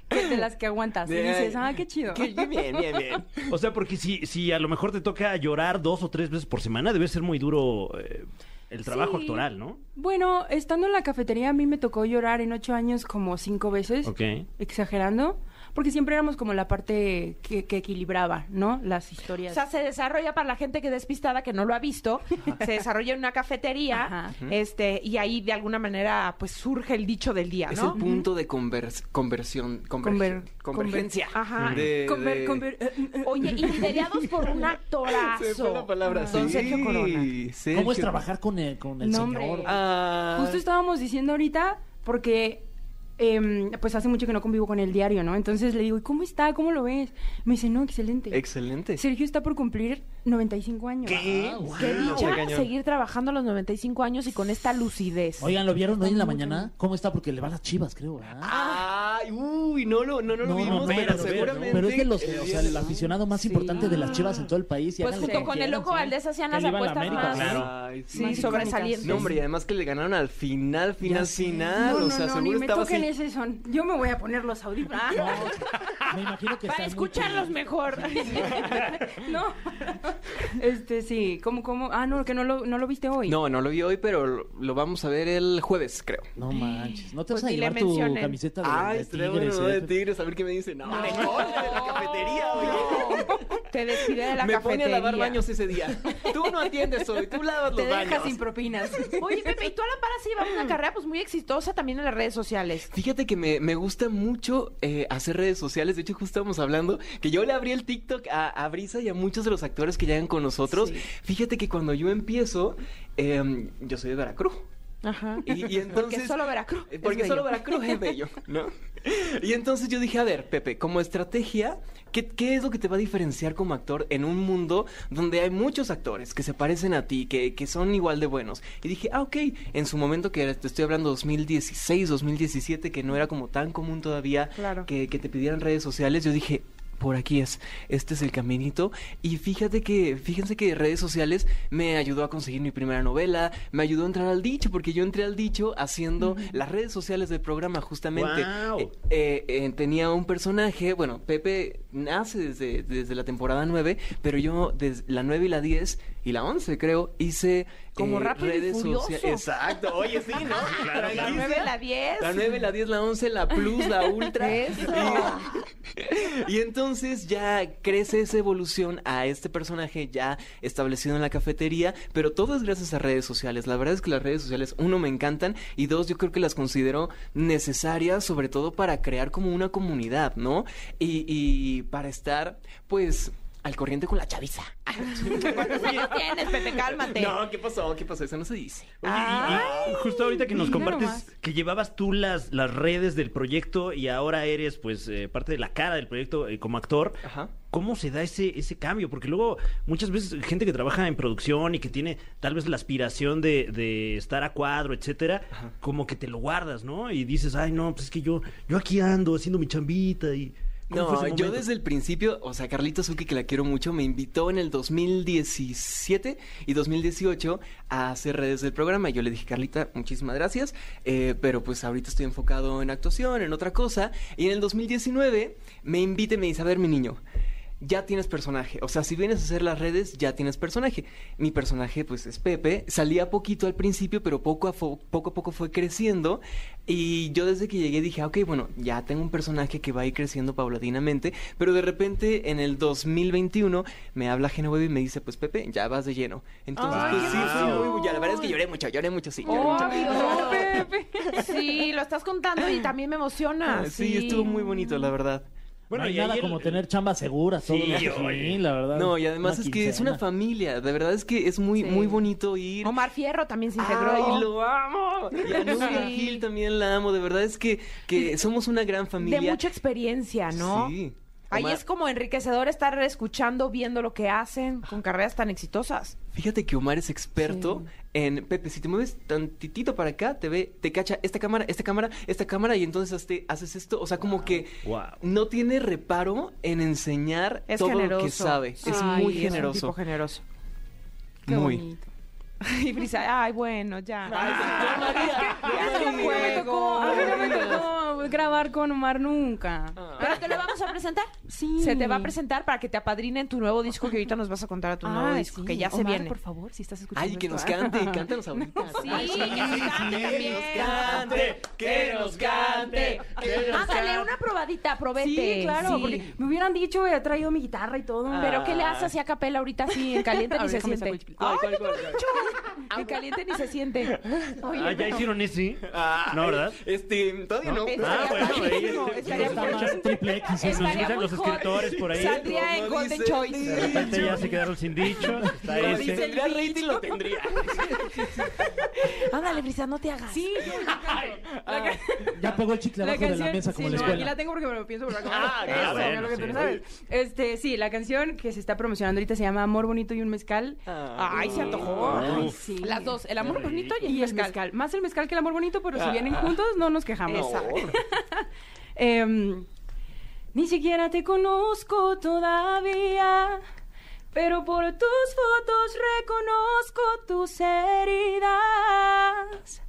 Que de las que aguantas y
De-
dices, ah, qué chido.
Qué- bien, bien, bien.
O sea, porque si, si a lo mejor te toca llorar dos o tres veces por semana, debe ser muy duro eh, el trabajo
Sí.
actoral, ¿no?
Bueno, estando en la cafetería a mí me tocó llorar en ocho años como cinco veces,
Ok.
exagerando, porque siempre éramos como la parte que, que equilibraba, ¿no? Las
O
historias.
sea, se desarrolla para la gente que despistada, que no lo ha visto, se desarrolla en una cafetería,
Ajá.
este, y ahí de alguna manera pues surge el dicho del día,
Es
¿no?
el punto de convers- conversión, convergen-
Conver-
convergencia.
Ajá.
De-
Conver-
de-
conver- eh, eh, eh.
Oye, y liderados por un actorazo.
Se fue la palabra.
Don
sí,
Sergio Corona.
Sergio.
¿Cómo es trabajar con el, con el
No,
señor?
hombre.
Ah,
Justo estábamos diciendo ahorita, porque em, pues hace mucho que no convivo con él diario, ¿no? Entonces le digo, ¿y cómo está? ¿Cómo lo ves? Me dice, no, excelente.
Excelente.
Sergio está por cumplir 95 años.
¿Qué?
Ah, Qué
Wow,
dicha
cañón.
seguir trabajando a los 95 años y con esta lucidez.
Oigan, ¿lo vieron hoy en la mañana? ¿Cómo está? Porque le va a las chivas, creo. ¿verdad?
Ay, uy, no lo, no, no lo
No, no,
vimos,
pero,
pero,
pero,
seguramente.
pero es de los,
eh,
o sea, el aficionado más importante de las chivas en todo el país. y
Pues
háganle
junto
como
con el
quieran,
loco
sí.
Valdés hacían
Que
las
le iba a la
apuestas
América,
más.
claro.
Ay,
Sí,
Más
sobresalientes.
icónicas.
No, hombre, y además que le ganaron al final, final, final.
No,
o
no,
sea,
no, ni
seguro
me
estaba
toquen
así.
ese son. Yo me voy a poner los audífonos.
Ah,
Me imagino que
Para
están muy
escucharlos mejor.
no. Este, sí, ¿cómo, cómo? Ah, no, que no lo, no lo viste hoy.
No, no lo vi hoy, pero lo, lo vamos a ver el jueves, creo.
No manches, no te vas
Pues
a
ni le
llevar tu
mencionen.
camiseta de,
Ay,
de
estaría
tigres.
bueno, ¿no?
¿eh?
de Tigres, a ver qué me dicen. No, me corta de la cafetería, oye.
Te despide de la
me
cafetería.
pone a lavar baños ese día. Tú no atiendes hoy, tú lavas
Te
los
dejas
baños.
sin propinas.
Oye, Pepe, y tú a la par sí llevas
Mm.
una carrera pues muy exitosa también en las redes sociales.
Fíjate que me, me gusta mucho eh, hacer redes sociales. De hecho, justo estábamos hablando que yo le abrí el TikTok a, a Brisa y a muchos de los actores que llegan con nosotros. Fíjate que cuando yo empiezo, em, yo soy de Veracruz.
Ajá.
Y, y entonces.
Porque solo Veracruz.
Eh,
es
Porque solo
bello.
Veracruz es bello, ¿no? Y entonces yo dije, a ver, Pepe, como estrategia, ¿qué, qué es lo que te va a diferenciar como actor en un mundo donde hay muchos actores que se parecen a ti, que, que son igual de buenos? Y dije, ah, ok, en su momento, que te estoy hablando 2016, 2017, que no era como tan común todavía
Claro.
que, que te pidieran redes sociales, yo dije... Por aquí es, este es el caminito. Y fíjate que, fíjense que redes sociales me ayudó a conseguir mi primera novela, me ayudó a entrar al dicho, porque yo entré al dicho haciendo las redes sociales del programa, justamente.
Guau.
Eh, eh, eh, tenía un personaje, bueno, Pepe nace desde, desde la temporada 9, pero yo desde la 9 y la 10 y la 11 creo hice
Como Rápido y Furioso.
sociales. Exacto, oye sí, ¿no?
Pero La
Tranquila.
9, la 10.
La 9, la 10, la 11, la Plus, la Ultra.
Eso.
Y, y entonces ya crece esa evolución a este personaje ya establecido en la cafetería, pero todo es gracias a redes sociales. La verdad es que las redes sociales, uno, me encantan y dos, yo creo que las considero necesarias, sobre todo para crear como una comunidad, ¿no? Y, y para estar, pues, al corriente con la chaviza.
¿Cuántos años tienes, Pepe? Cálmate.
No, ¿qué pasó? ¿Qué pasó? Eso no se dice.
Oye, y- y justo ahorita que nos
mira
compartes
nomás.
que llevabas tú las, las redes del proyecto y ahora eres pues eh, parte de la cara del proyecto eh, como actor.
Ajá.
¿Cómo se da ese, ese cambio? Porque luego muchas veces gente que trabaja en producción y que tiene tal vez la aspiración de, de estar a cuadro, etcétera, como que te lo guardas, ¿no? Y dices, ay no, pues es que yo, yo aquí ando haciendo mi chambita y... ¿cómo fue
No,
ese
yo
momento?
desde el principio, o sea, Carlita Suki, que la quiero mucho, me invitó en el 2017 y 2018 a hacer redes del programa. Y Yo le dije, Carlita, muchísimas gracias, eh, pero pues ahorita estoy enfocado en actuación, en otra cosa. Y en el 2019 me invita y me dice, a ver, mi niño, ya tienes personaje. O sea, si vienes a hacer las redes, ya tienes personaje. Mi personaje, pues, es Pepe. Salía poquito al principio, pero poco a, fo- poco, a poco fue creciendo. Y yo desde que llegué dije, "Ah, ok, bueno, ya tengo un personaje que va a ir creciendo paulatinamente. Pero de repente, en el 2021, me habla Genoveva y me dice, pues, Pepe, ya vas de lleno. Entonces,
Ay,
pues,
qué
sí, sí,
emoción.
muy- ya, la verdad es que lloré mucho, lloré mucho, sí. Lloré
Oh,
mucho.
amigo. Sí, lo estás contando y también me emociona.
Ah, sí, estuvo muy bonito, la verdad.
Bueno,
no hay
y ahí
nada
el-
como tener chamba segura. todo
Sí,
lo que-
oye.
sí, la verdad.
No, y además es que es una
quincena.
familia. De verdad es que es muy,
Sí.
muy bonito ir.
Omar Fierro también se integró.
¡Ay, lo amo! Y a Nuria
Sí.
Gil también la amo. De verdad es que, que somos una gran familia.
de mucha experiencia, ¿no?
Sí.
Ahí
Omar-
es como enriquecedor estar escuchando, viendo lo que hacen con carreras tan exitosas.
Fíjate que Omar es experto en Pepe, si te mueves tantitito para acá, te ve, te cacha esta cámara, esta cámara, esta cámara, y entonces hazte- haces esto. O sea, como que
Wow.
no tiene reparo en enseñar
Es
todo
generoso.
lo que sabe. Es
Ay, Es
muy
un
generoso.
tipo generoso.
Qué
muy.
bonito.
Y Brisa, ay, bueno, ya.
Ay, María,
Es que a mí no me tocó, a mí no me tocó grabar con Omar nunca.
Ah.
Pero te lo vamos a presentar.
Sí.
Se te va a presentar para que te apadrinen tu nuevo disco que ahorita nos vas a contar a tu nuevo
Ay,
disco,
sí.
que ya se
Omar,
viene.
por favor, si estás escuchando
Ay, que nos
esto, ¿eh?
cante, cántanos ahorita.
Sí,
Ay,
que nos cante también.
que nos cante,
Ándale, una probadita, probete.
Sí, claro,
sí.
porque me hubieran dicho, he traído mi guitarra y todo.
Pero ¿qué le haces así a capela ahorita así en caliente
A
ni
ver,
se
déjame
siente?
saco el-
Ay, ¿cuál, cuál, cuál?
En caliente ni se siente. Oye,
Ah,
no.
ya hicieron ese.
Ah,
No, ¿verdad?
Este, todavía no.
Estaría
Ah, bueno,
buenísimo,
ahí-
estaría
Está
buenísimo.
más triple X, ¿no?
Estaría
escuchan
muy
los
hot.
escritores por ahí.
Saldría en
Como
Golden
dice
Choice.
De repente Este ya se quedaron sin dicho. Está
Pero
ese.
si tendría rating lo tendría.
Ándale, Brisa, no te hagas.
Sí, yo la canto. La ca-
Ya pegó el chicle
la
abajo de la mesa como
sí,
en
no,
la escuela.
aquí la tengo porque me lo pienso por acá. Ah,
ah, bueno,
lo que tú
sí.
no sabes. Este, sí, la canción que se está promocionando ahorita se llama Amor bonito y un mezcal.
Ah.
Ay, se antojó.
Ay,
Uf.
sí.
Las dos, el amor
Qué
bonito y el
Y el
mezcal.
mezcal. Más el mezcal que el amor bonito, pero si vienen
Ah.
juntos no nos quejamos.
Exacto.
Em, ni siquiera te conozco todavía, pero por tus fotos reconozco tus heridas,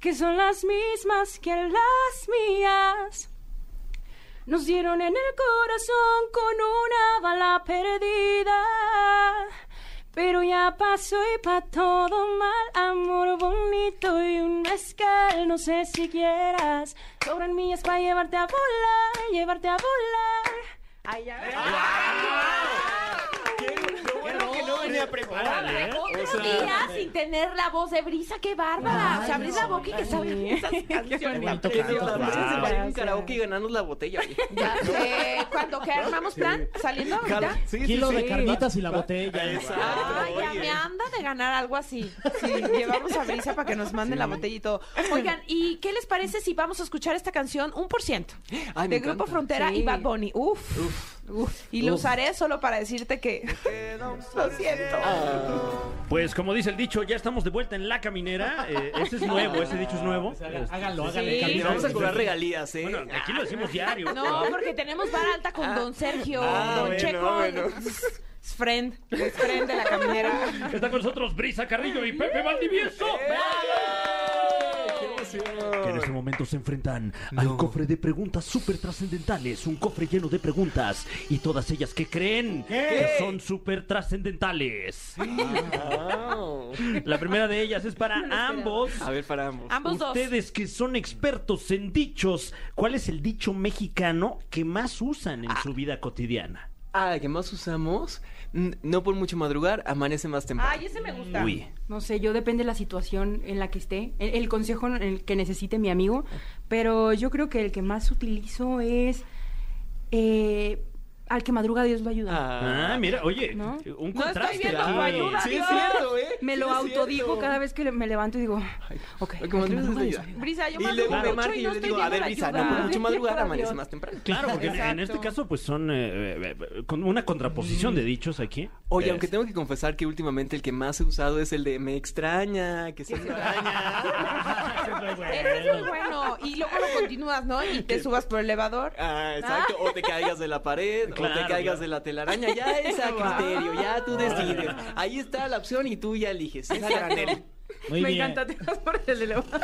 que son las mismas que las mías. Nos dieron en el corazón con una bala perdida. Pero ya pasó y pa' todo mal, amor bonito y un mezcal, no sé si quieras. Sobran millas para llevarte a volar, llevarte a volar. Ay, ya ves.
Lo bueno que no venía preparada.
Órale, ¿eh?
Otro día sin tener la voz de Brisa, qué bárbara. o sea, abrir la boca y que salgan esas canciones.
bonito canto,
Eso, vamos a
wow.
hacer un karaoke y ganarnos la botella. oye.
Ya sé. Cuando que armamos plan, saliendo ahorita.
Jala- sí, sí,
Kilo
sí.
de carnitas y la botella.
Exacto.
Ay, ya
oye.
me anda de ganar algo así. Sí, llevamos a Brisa para que nos mande la botella y todo. Oigan, ¿y qué les parece si vamos a escuchar esta canción un por ciento
Ay, me
de Grupo
encanta.
Frontera
Sí.
y Bad Bunny? Uf. Uf. Y lo usaré solo para decirte que lo siento.
Ah,
Pues como dice el dicho, ya estamos de vuelta en la caminera. Eh, ese es nuevo, ese dicho es nuevo.
Háganlo, háganlo.
Sí.
Y vamos a cobrar regalías, ¿eh?
Bueno, aquí lo decimos diario.
No, porque tenemos vara alta con Don Sergio,
Ah,
Don
bueno,
Checo,
bueno.
es friend, es friend de la caminera.
Está con nosotros Brisa Carrillo y Pepe Valdivieso. Que en ese momento se enfrentan al cofre de preguntas súper trascendentales. Un cofre lleno de preguntas. Y todas ellas que creen que son súper trascendentales.
Wow.
La primera de ellas es para ambos.
A ver, para ambos.
Ambos dos.
Ustedes que son expertos en dichos, ¿cuál es el dicho mexicano que más usan en
Ah.
su vida cotidiana?
Ah, que más usamos? Mm, No por mucho madrugar, amanece más temprano.
Ay, ese me gusta.
Uy,
No sé, yo depende de la situación en la que esté, el, el consejo en el que necesite mi amigo,
Ah.
pero yo creo que el que más utilizo es eh, al que madruga Dios lo ayuda.
Ah, mira, oye,
¿No?
un
No estoy
contraste.
viendo tu
aquí.
ayuda,
Sí, es
Dios.
cierto, ¿eh?
Me
Sí
lo
es
autodigo
cierto.
cada vez que le- me levanto y digo, ok,
Ay,
al que
que madrugas
madruga
lo
Dios
ayuda.
lo ayuda.
Brisa, yo
Y
madrugo
luego me
mucho
marca y
no
yo le
estoy
digo, a
viendo
ver,
la
Brisa, no
ayuda.
por mucho madrugar, amanece
Dios.
más temprano.
Claro, porque en- en este caso pues son eh, eh, eh, con una
Mm.
contraposición de dichos aquí.
Oye,
Eh,
aunque tengo que confesar que últimamente el que más he usado es el de me extraña, que se extraña.
Ese es muy bueno. Y luego lo continúas, ¿no? Y te subas por el elevador.
Ah, exacto. O te caigas de la pared, o
Claro,
te caigas
claro.
de la telaraña. Ya es a criterio, ya tú decides. Ahí está la opción y tú ya eliges. Es a granel.
Muy
me
bien.
encanta, te vas por el elevador.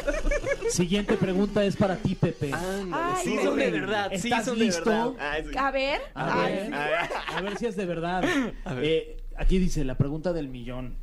Siguiente pregunta es para ti, Pepe.
Ándale,
Ay,
sí son de
Pepe,
verdad, sí
¿estás
son de
listo?
verdad. Ah, sí.
A ver.
A
Ay,
ver, a ver si es de verdad. Eh, aquí dice la pregunta del millón.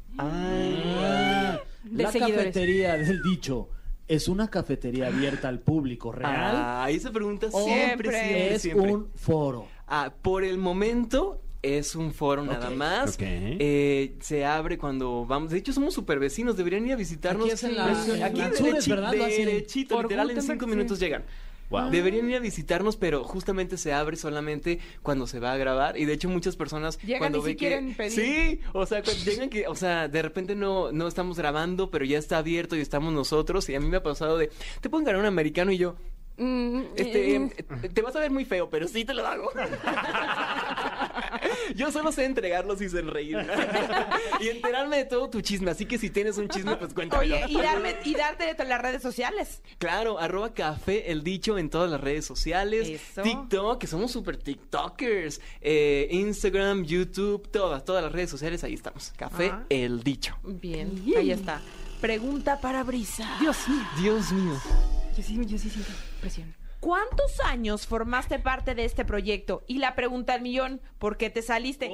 Ah,
De
la
seguidores.
cafetería del dicho es una cafetería abierta al público real
Ah, esa pregunta
o
siempre, siempre,
es
siempre.
un foro.
Ah, por el momento es un foro nada más.
ok.
Eh, se abre cuando vamos. De hecho, somos super vecinos. Deberían ir a visitarnos.
Aquí es en la- en
aquí
Mansures,
derechi-
¿verdad? Lo hacen.
derechito,
Por
literal, en
Gutenberg,
cinco
sí.
minutos llegan.
Wow.
Deberían ir a visitarnos, pero justamente se abre solamente cuando se va a grabar. Y de hecho, muchas personas
Llegan
cuando
y sí
ve que-
quieren pedir.
Sí, o sea, cuando llegan que, o sea, de repente no, no estamos grabando, pero ya está abierto y estamos nosotros. Y a mí me ha pasado de, te pueden ganar un americano y yo,
Mm,
Eh,
este, em, te vas a ver muy feo, pero sí te lo hago. Yo solo sé entregarlos y sonreír. y enterarme de todo tu chisme. Así que si tienes un chisme, pues cuéntamelo.
Oye, y, darme, y darte de las redes sociales.
Claro, arroba café el dicho en todas las redes sociales.
Eso.
TikTok, que somos super TikTokers. Eh, Instagram, YouTube, todas, todas las redes sociales, ahí estamos. Café
Ajá.
el dicho.
Bien, ahí está. Pregunta para Brisa.
Dios mío.
Ah, Dios mío.
Yo sí, yo sí siento presión.
¿Cuántos años formaste parte de este proyecto? Y la pregunta al millón, ¿por qué te saliste?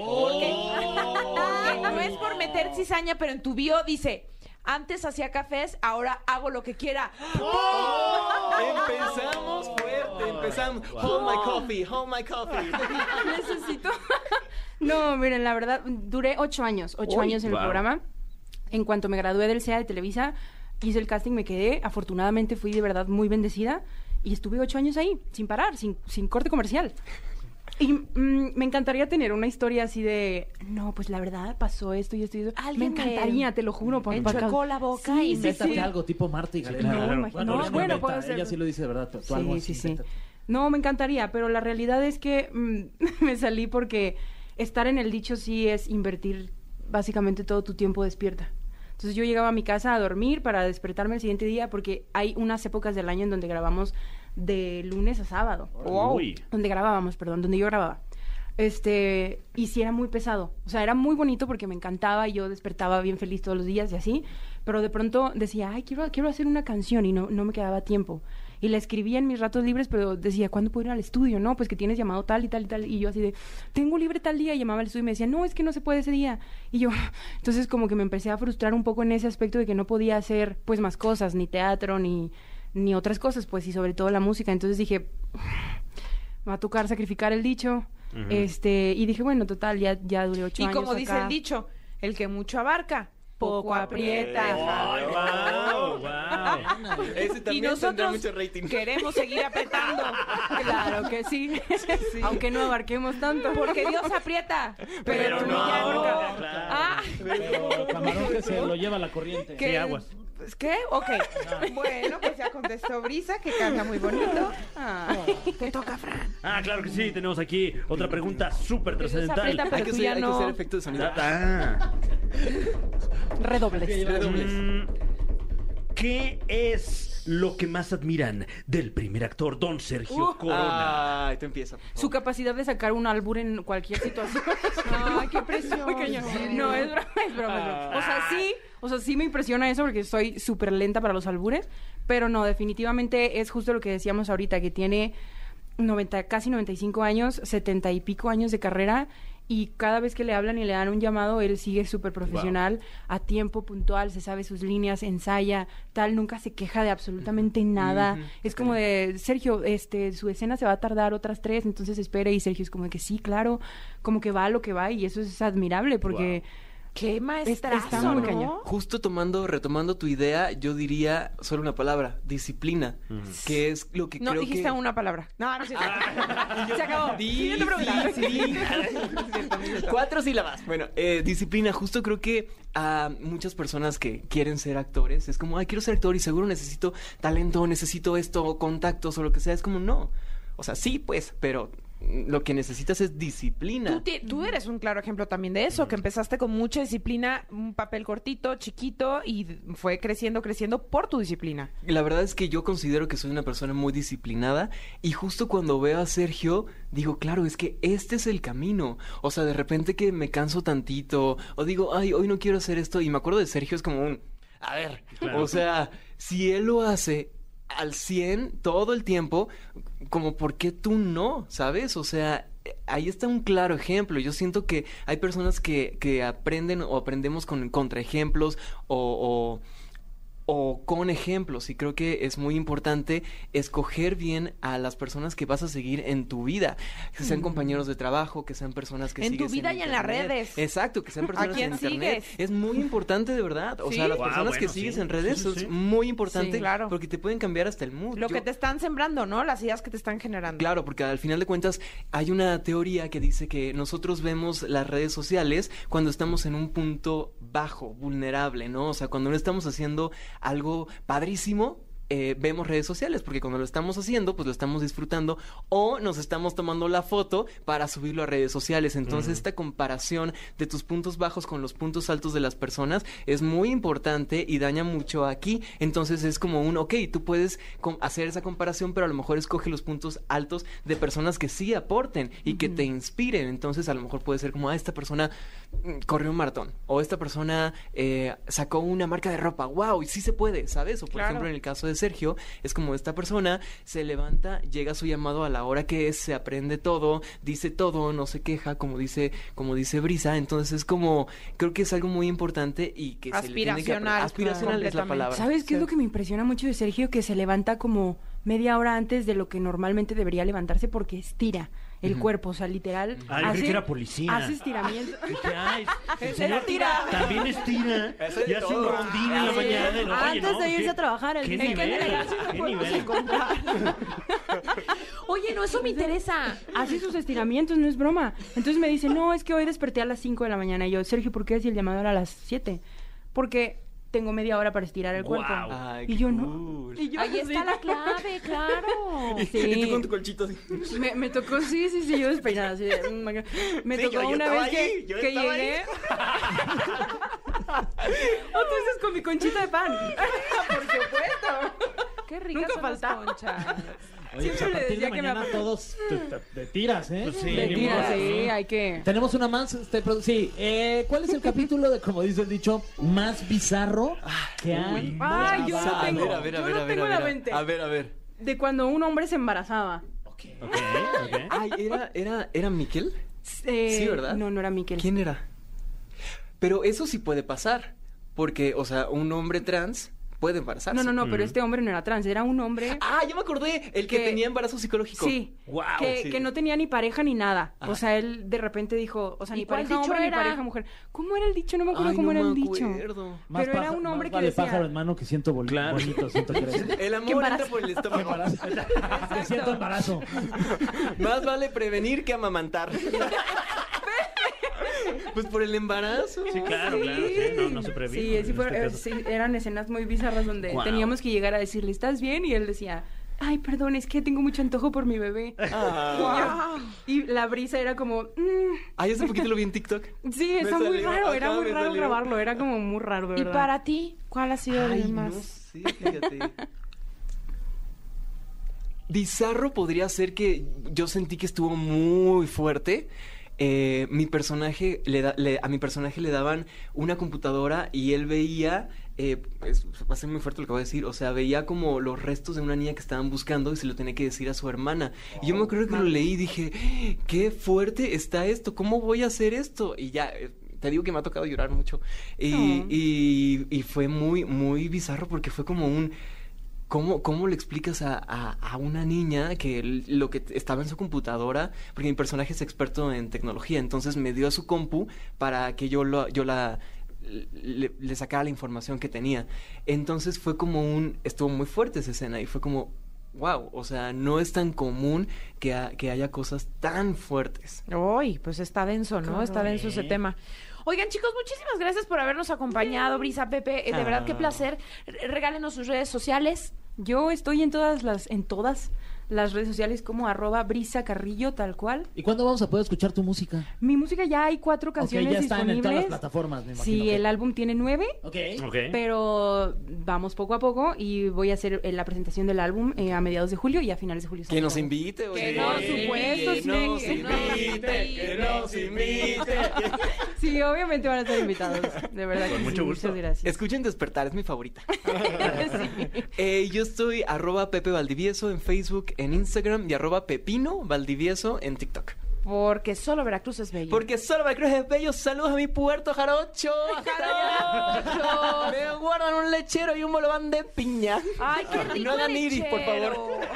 Porque, porque no es por meter cizaña, pero en tu bio dice, antes hacía cafés, ahora hago lo que quiera.
¡Oh! Empezamos fuerte, empezamos. Hold my coffee, hold my coffee.
Necesito. no, miren, la verdad, duré ocho años, ocho
Uy,
años en
wow.
el programa. en cuanto me gradué del CEA de Televisa, hice el casting, me quedé. Afortunadamente fui de verdad muy bendecida y estuve ocho años ahí, sin parar, sin, sin corte comercial. Y mm, me encantaría tener una historia así de, no, pues la verdad pasó esto y esto y esto. Me
Alguien me
encantaría, te lo juro. por- por-
enchuecó la boca
Sí,
y
sí,
me
sí.
algo tipo Marta y Galera.
No, imagínate.
Bueno,
No,
eres
bueno,
inventa,
puede ser.
Ella sí lo dice, ¿verdad? Tú, tú
Sí,
algo
sí,
así,
sí.
invéntate.
No, me encantaría, pero la realidad es que mm, me salí porque estar en el dicho sí es invertir básicamente todo tu tiempo despierta. Entonces yo llegaba a mi casa a dormir para despertarme el siguiente día porque hay unas épocas del año en donde grabamos de lunes a sábado.
Uy.
Donde grabábamos, perdón, donde yo grababa. Este, y sí era muy pesado. O sea, era muy bonito porque me encantaba y yo despertaba bien feliz todos los días y así. Pero de pronto decía, ay, quiero, quiero hacer una canción y no, no me quedaba tiempo. Y la escribía en mis ratos libres, pero decía, ¿cuándo puedo ir al estudio? No, pues que tienes llamado tal y tal y tal. Y yo así de, tengo libre tal día. Y llamaba al estudio y me decía, no, es que no se puede ese día. Y yo, entonces como que me empecé a frustrar un poco en ese aspecto de que no podía hacer pues más cosas, ni teatro, ni, ni otras cosas, pues, y sobre todo la música. Entonces dije, me va a tocar sacrificar el dicho. Este, y dije, bueno, total, ya, ya duré ocho
Y
años.
como dice
acá.
el dicho, el que mucho abarca, poco
Poco
aprieta.
Ay, guau, guau.
Ese
Y
también tendrá
nosotros
mucho rating.
queremos seguir apretando.
Claro que sí. Aunque no abarquemos tanto.
Porque Dios aprieta, pero,
Pero
tú
no
ya
ahorca.
ahorca.
Claro.
Ah,
Pero camarón que se lo lleva la corriente.
que-
Sí, aguas.
pues, ¿Qué? Ok. Bueno, pues ya contestó Brisa, que canta muy bonito.
Ah.
Te toca, Fran.
Ah, claro que sí, tenemos aquí otra pregunta súper
aprieta,
trascendental.
Hay
pero
que,
tú
hacer,
ya
hay que
no-
hacer efecto de sonido.
Ah,
Redobles.
Redobles.
mm, ¿Qué es lo que más admiran del primer actor, don Sergio
Uh,
Corona?
Ay, tú empieza. por
Su
favor.
capacidad de sacar un albur en cualquier situación.
Ay, qué precioso. Ah.
Pequeño. No, es broma, es broma, es broma. O sea, sí, o sea, sí me impresiona eso porque soy súper lenta para los albures, pero no, definitivamente es justo lo que decíamos ahorita, que tiene 90, casi 95 años, 70 y pico años de carrera y cada vez que le hablan y le dan un llamado, él sigue súper profesional, a tiempo, puntual, se sabe sus líneas, ensaya, tal, nunca se queja de absolutamente nada.
Ujú.
Es como de, Sergio, este, su escena se va a tardar otras tres, entonces espere y Sergio es como de que sí, claro, como que va a lo que va y eso es admirable porque...
Qué maestrazo,
Está muy
¿no?
cañón.
Justo tomando, retomando tu idea, yo diría solo una palabra, disciplina, que es lo que
No
creo
dijiste
que...
una palabra. No, no es cierto.
Ah.
Se acabó. Siguiente pregunta.
Cuatro sílabas. Bueno, eh, disciplina. Justo creo que a muchas personas que quieren ser actores es como, ay, quiero ser actor y seguro necesito talento, necesito esto, contactos o lo que sea. Es como, no. O sea, sí, pues, pero mm, lo que necesitas es disciplina.
Tú, ti- tú eres un claro ejemplo también de eso, que empezaste con mucha disciplina, un papel cortito, chiquito, y d- fue creciendo, creciendo por tu disciplina.
La verdad es que yo considero que soy una persona muy disciplinada y justo cuando veo a Sergio digo, claro, es que este es el camino. O sea, de repente que me canso tantito o digo, ay, hoy no quiero hacer esto y me acuerdo de Sergio es como un, a ver,
Claro.
o sea, si él lo hace al 100 todo el tiempo, como por qué tú no, ¿sabes? O sea, eh, ahí está un claro ejemplo. Yo siento que hay personas que, que aprenden o aprendemos con contraejemplos o- o o con ejemplos. Y creo que es muy importante escoger bien a las personas que vas a seguir en tu vida. Que sean compañeros de trabajo, que sean personas que
En tu
sigues
vida y en las
internet.
redes.
Exacto, que sean personas
quién
en internet.
sigues?
Es muy importante de verdad. O
Sí.
sea, las
Guau,
personas que
bueno,
sigues
sí.
en redes
Sí, sí, sí.
es muy importante
Sí, claro.
porque te pueden cambiar hasta el mood.
Lo
Yo-
que te están sembrando, ¿no? Las ideas que te están generando.
Claro, porque al final de cuentas hay una teoría que dice que nosotros vemos las redes sociales cuando estamos en un punto bajo, vulnerable, ¿no? O sea, cuando no estamos haciendo algo padrísimo. eh, vemos redes sociales porque cuando lo estamos haciendo pues lo estamos disfrutando o nos estamos tomando la foto para subirlo a redes sociales entonces esta comparación de tus puntos bajos con los puntos altos de las personas es muy importante y daña mucho aquí entonces es como un ok tú puedes com- hacer esa comparación pero a lo mejor escoge los puntos altos de personas que sí aporten y que te inspiren. Entonces, a lo mejor puede ser como, ah, esta persona mm, corrió un maratón o esta persona eh, sacó una marca de ropa, wow, y sí se puede, ¿sabes? O por
Claro.
ejemplo, en el caso de Sergio, es como esta persona se levanta, llega a su llamado a la hora que es, se aprende todo, dice todo, no se queja, como dice, como dice Brisa. Entonces, es como, creo que es algo muy importante y que se le tiene que... apre-
Aspiracional,
Aspiracional es la
completamente.
palabra.
¿Sabes qué es lo que me impresiona mucho de Sergio? Que se levanta como media hora antes de lo que normalmente debería levantarse porque estira. el cuerpo, o sea, literal.
Ah, yo creí que era policía.
Hace estiramiento.
Dije, ay, el
Ese
señor
estira.
También estira.
Ese
Y hace un
todo.
rondín en la
Sí.
mañana. No, oye,
Antes
no,
de irse
¿qué-
a trabajar, el
¿Qué
señor.
nivel? ¿Qué nivel?
Oye, no, eso me interesa.
Hace sus estiramientos, no es broma. Entonces me dice, no, es que hoy desperté a las 5 de la mañana. Y yo, Sergio, ¿por qué si el llamado era a las 7? Porque tengo media hora para estirar el cuerpo.
Guau.
Ay,
y
qué
yo
cool.
no. Y yo, pues,
Ahí
así.
está la clave, claro.
Y, y tú con tu colchito así.
Me, me tocó, sí, sí, sí, yo despeinada. Así de, mm, my God. me
Sí,
tocó
yo- yo
una vez
estaba ahí,
que,
yo
que
estaba
llegué.
ahí.
Entonces con mi conchita de pan.
Por supuesto. Qué ricas
Nunca
son las
falta.
conchas.
Siempre le decía que me apa-
todos te, te- te tiras, ¿eh?
Pues sí,
De
ni
tira,
modo.
sí, hay que.
Tenemos una más, este, produ- sí. eh, ¿Cuál es el capítulo de, como dice el dicho, más bizarro que han?
Ay, yo lo
Ah, A
tengo.
ver, a ver, a
yo
ver,
lo
a ver,
tengo
a
en la
ver,
mente.
A ver, a ver.
De cuando un hombre se embarazaba.
Ok, ok.
Ay, era, era, era Miquel.
Eh,
Sí, ¿verdad?
No, no era Miquel.
¿Quién era? Pero eso sí puede pasar. Porque, o sea, un hombre trans puede embarazarse.
No, no, no, pero este hombre no era trans, era un hombre.
Ah, ya me acordé. El que,
Que-
tenía embarazo psicológico.
Sí.
Guau,
que,
sí.
que no tenía ni pareja ni nada.
Ajá.
O sea, él de repente dijo, o sea,
¿Y
ni
cuál
pareja
dicho
hombre
era?
ni pareja mujer. ¿Cómo era el dicho? No me acuerdo
Ay,
cómo
no
era
me
el dicho.
acuerdo.
Más
Pero era
paja-
un
más
hombre que
vale
decía-
pájaro en mano que siento bol-
Claro.
bonito, siento crecer.
El
Que
amor
embarazo.
entra por el estómago.
Embarazo. Que siento embarazo.
Más vale prevenir que amamantar. pues por el embarazo.
Sí, claro, claro. Sí, no, no se previó.
Sí,
en
sí, fueron-
este
eh,
caso.
sí, eran escenas muy bizarras donde
Guau.
teníamos que llegar a decirle, ¿estás bien? Y él decía, ay, perdón, es que tengo mucho antojo por mi bebé.
Ah.
Y la brisa era como, "Mm,
Ay, hace poquito lo vi en TikTok.
sí,
Me
está muy
salió,
raro, era
ajá,
muy
me
raro
salió.
grabarlo, era como muy raro, de
¿Y
verdad.
para ti, cuál ha sido
Ay,
el más?
no sé, fíjate. Bizarro podría ser que yo sentí que estuvo muy fuerte. Eh, mi personaje le da- le- a mi personaje le daban una computadora y él veía eh, es- va a ser muy fuerte lo que voy a decir o sea veía como los restos de una niña que estaban buscando y se lo tenía que decir a su hermana y yo me acuerdo que lo leí y dije qué fuerte está esto cómo voy a hacer esto y ya eh, te digo que me ha tocado llorar mucho y,
Oh.
y- y fue muy muy bizarro porque fue como un ¿Cómo, ¿Cómo le explicas a, a- a una niña que l- lo que t- estaba en su computadora? Porque mi personaje es experto en tecnología, entonces me dio su compu para que yo, lo, yo la, le, le sacara la información que tenía. Entonces fue como un... Estuvo muy fuerte esa escena y fue como, wow, o sea, no es tan común que, ha- que haya cosas tan fuertes.
Uy, pues está denso, ¿no? Está denso ese tema. Oigan, chicos, muchísimas gracias por habernos acompañado, Brisa, Pepe. eh, De verdad, qué
Ah.
placer. Re- Regálenos sus redes sociales.
Yo estoy en todas las, en todas las redes sociales como arroba brisa carrillo, tal cual.
¿Y cuándo vamos a poder escuchar tu música?
Mi música ya hay cuatro canciones
ya está en
disponibles.
todas las plataformas, me imagino
Sí,
que-
el álbum tiene nueve.
Ok.
Ok.
Pero vamos poco a poco y voy a hacer eh, la presentación del álbum eh, a mediados de julio y a finales de julio.
Que nos
sale.
invite, oye.
Que no, supuesto,
que
sí,
nos
que no.
invite, que nos invite.
Sí, obviamente van a estar invitados. De verdad.
Con
que sí,
mucho gusto.
Muchas gracias.
Escuchen Despertar, es mi favorita. Eh, yo estoy arroba Pepe Valdivieso en Facebook, en Instagram y arroba Pepino Valdivieso en TikTok.
Porque solo Veracruz es bello.
Porque solo me es bello. Saludos a mi puerto jarocho. ¡Jarocho! me guardan un lechero y un bolobán de piña.
Ay, qué rico
Y no hagan iris, por favor.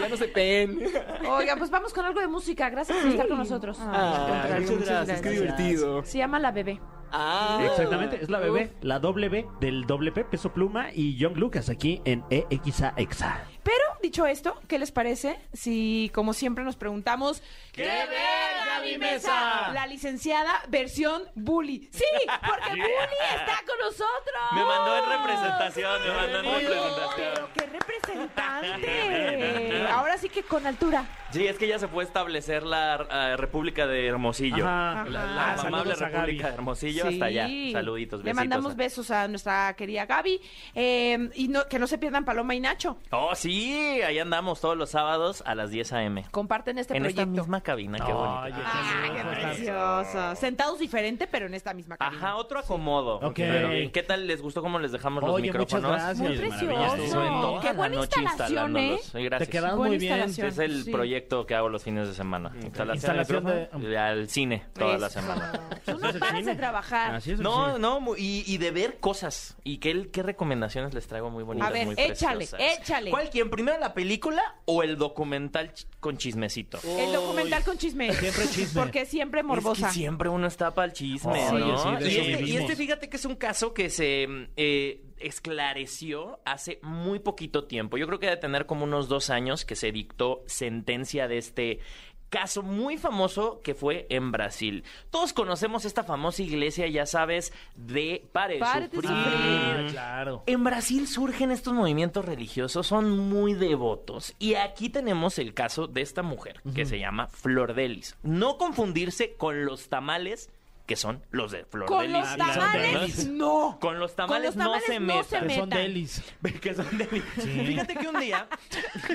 ya no se peen.
Oiga, pues vamos con algo de música. Gracias por estar con nosotros.
Ah,
Al contrario,
muchas gracias, qué divertido.
Se llama La Bebé.
Ah.
Exactamente, es la bebé, la doble B del doble P, peso pluma y John Lucas aquí en
E
EXA EXA.
Pero, dicho esto, ¿qué les parece si, como siempre, nos preguntamos... ¡Qué verga mi mesa! La licenciada versión Bully. Sí, porque Bully está con nosotros.
Me mandó en representación, me mandó en representación.
Pero qué representante. Ahora sí que con altura.
Sí, es que ya se fue a establecer la eh, República de Hermosillo.
Ajá.
La, la
Ah,
amable
saludos a Gaby.
República de Hermosillo
Sí.
hasta allá. Saluditos, besitos.
Le mandamos besos a nuestra querida Gaby. eh, y no, que no se pierdan Paloma y Nacho.
Oh, sí, ahí andamos todos los sábados a las 10 a.m.
Comparten este
en esta
proyecto.
misma cabina, qué bonito.
Ay,
Ah, qué precioso. Sentados diferente, pero en esta misma cabina.
Ajá, otro acomodo.
Ok.
Pero, ¿y ¿Qué tal les gustó cómo les dejamos los
Oye, muchas
micrófonos?
gracias. Muy
precioso. Qué buena instalación, ¿eh?
instalándolos. Y gracias.
Te quedaron
Buena
muy bien.
instalación.
Es el
Sí.
proyecto que hago los fines de semana. Instalación,
Instalación
de um, micrófono y al cine toda la
Eso.
semana.
Tú no paras de trabajar.
Ah,
Así es.
No, no, mu- y, y de ver cosas. ¿Y qué, qué recomendaciones les traigo muy bonitas?
A ver,
muy
échale,
preciosas?
échale.
¿Cuál quieren? ¿Primero la película o el documental ch- con chismecito?
El documental con chisme. Siempre
chisme.
Porque siempre morbosa.
Es que siempre uno está para el chisme,
Oye,
¿no?
sí, de
y,
eso
este, y
vivimos.
este, fíjate que es un caso que se eh, esclareció hace muy poquito tiempo. Yo creo que ha de tener como unos dos años que se dictó sentencia de este caso muy famoso que fue en Brasil. Todos conocemos esta famosa iglesia, ya sabes, de Pare,
Pare de
Sufrir.
Sufrir.
Ah, claro.
En Brasil surgen estos movimientos religiosos, son muy devotos. Y aquí tenemos el caso de esta mujer que se llama Flordelis. No confundirse con los tamales que son los de
Con
Flordelis.
los tamales, no.
Con los tamales
Con los
no se
tamales no se
metan.
Que son
metan.
delis.
Que son de- Fíjate que un día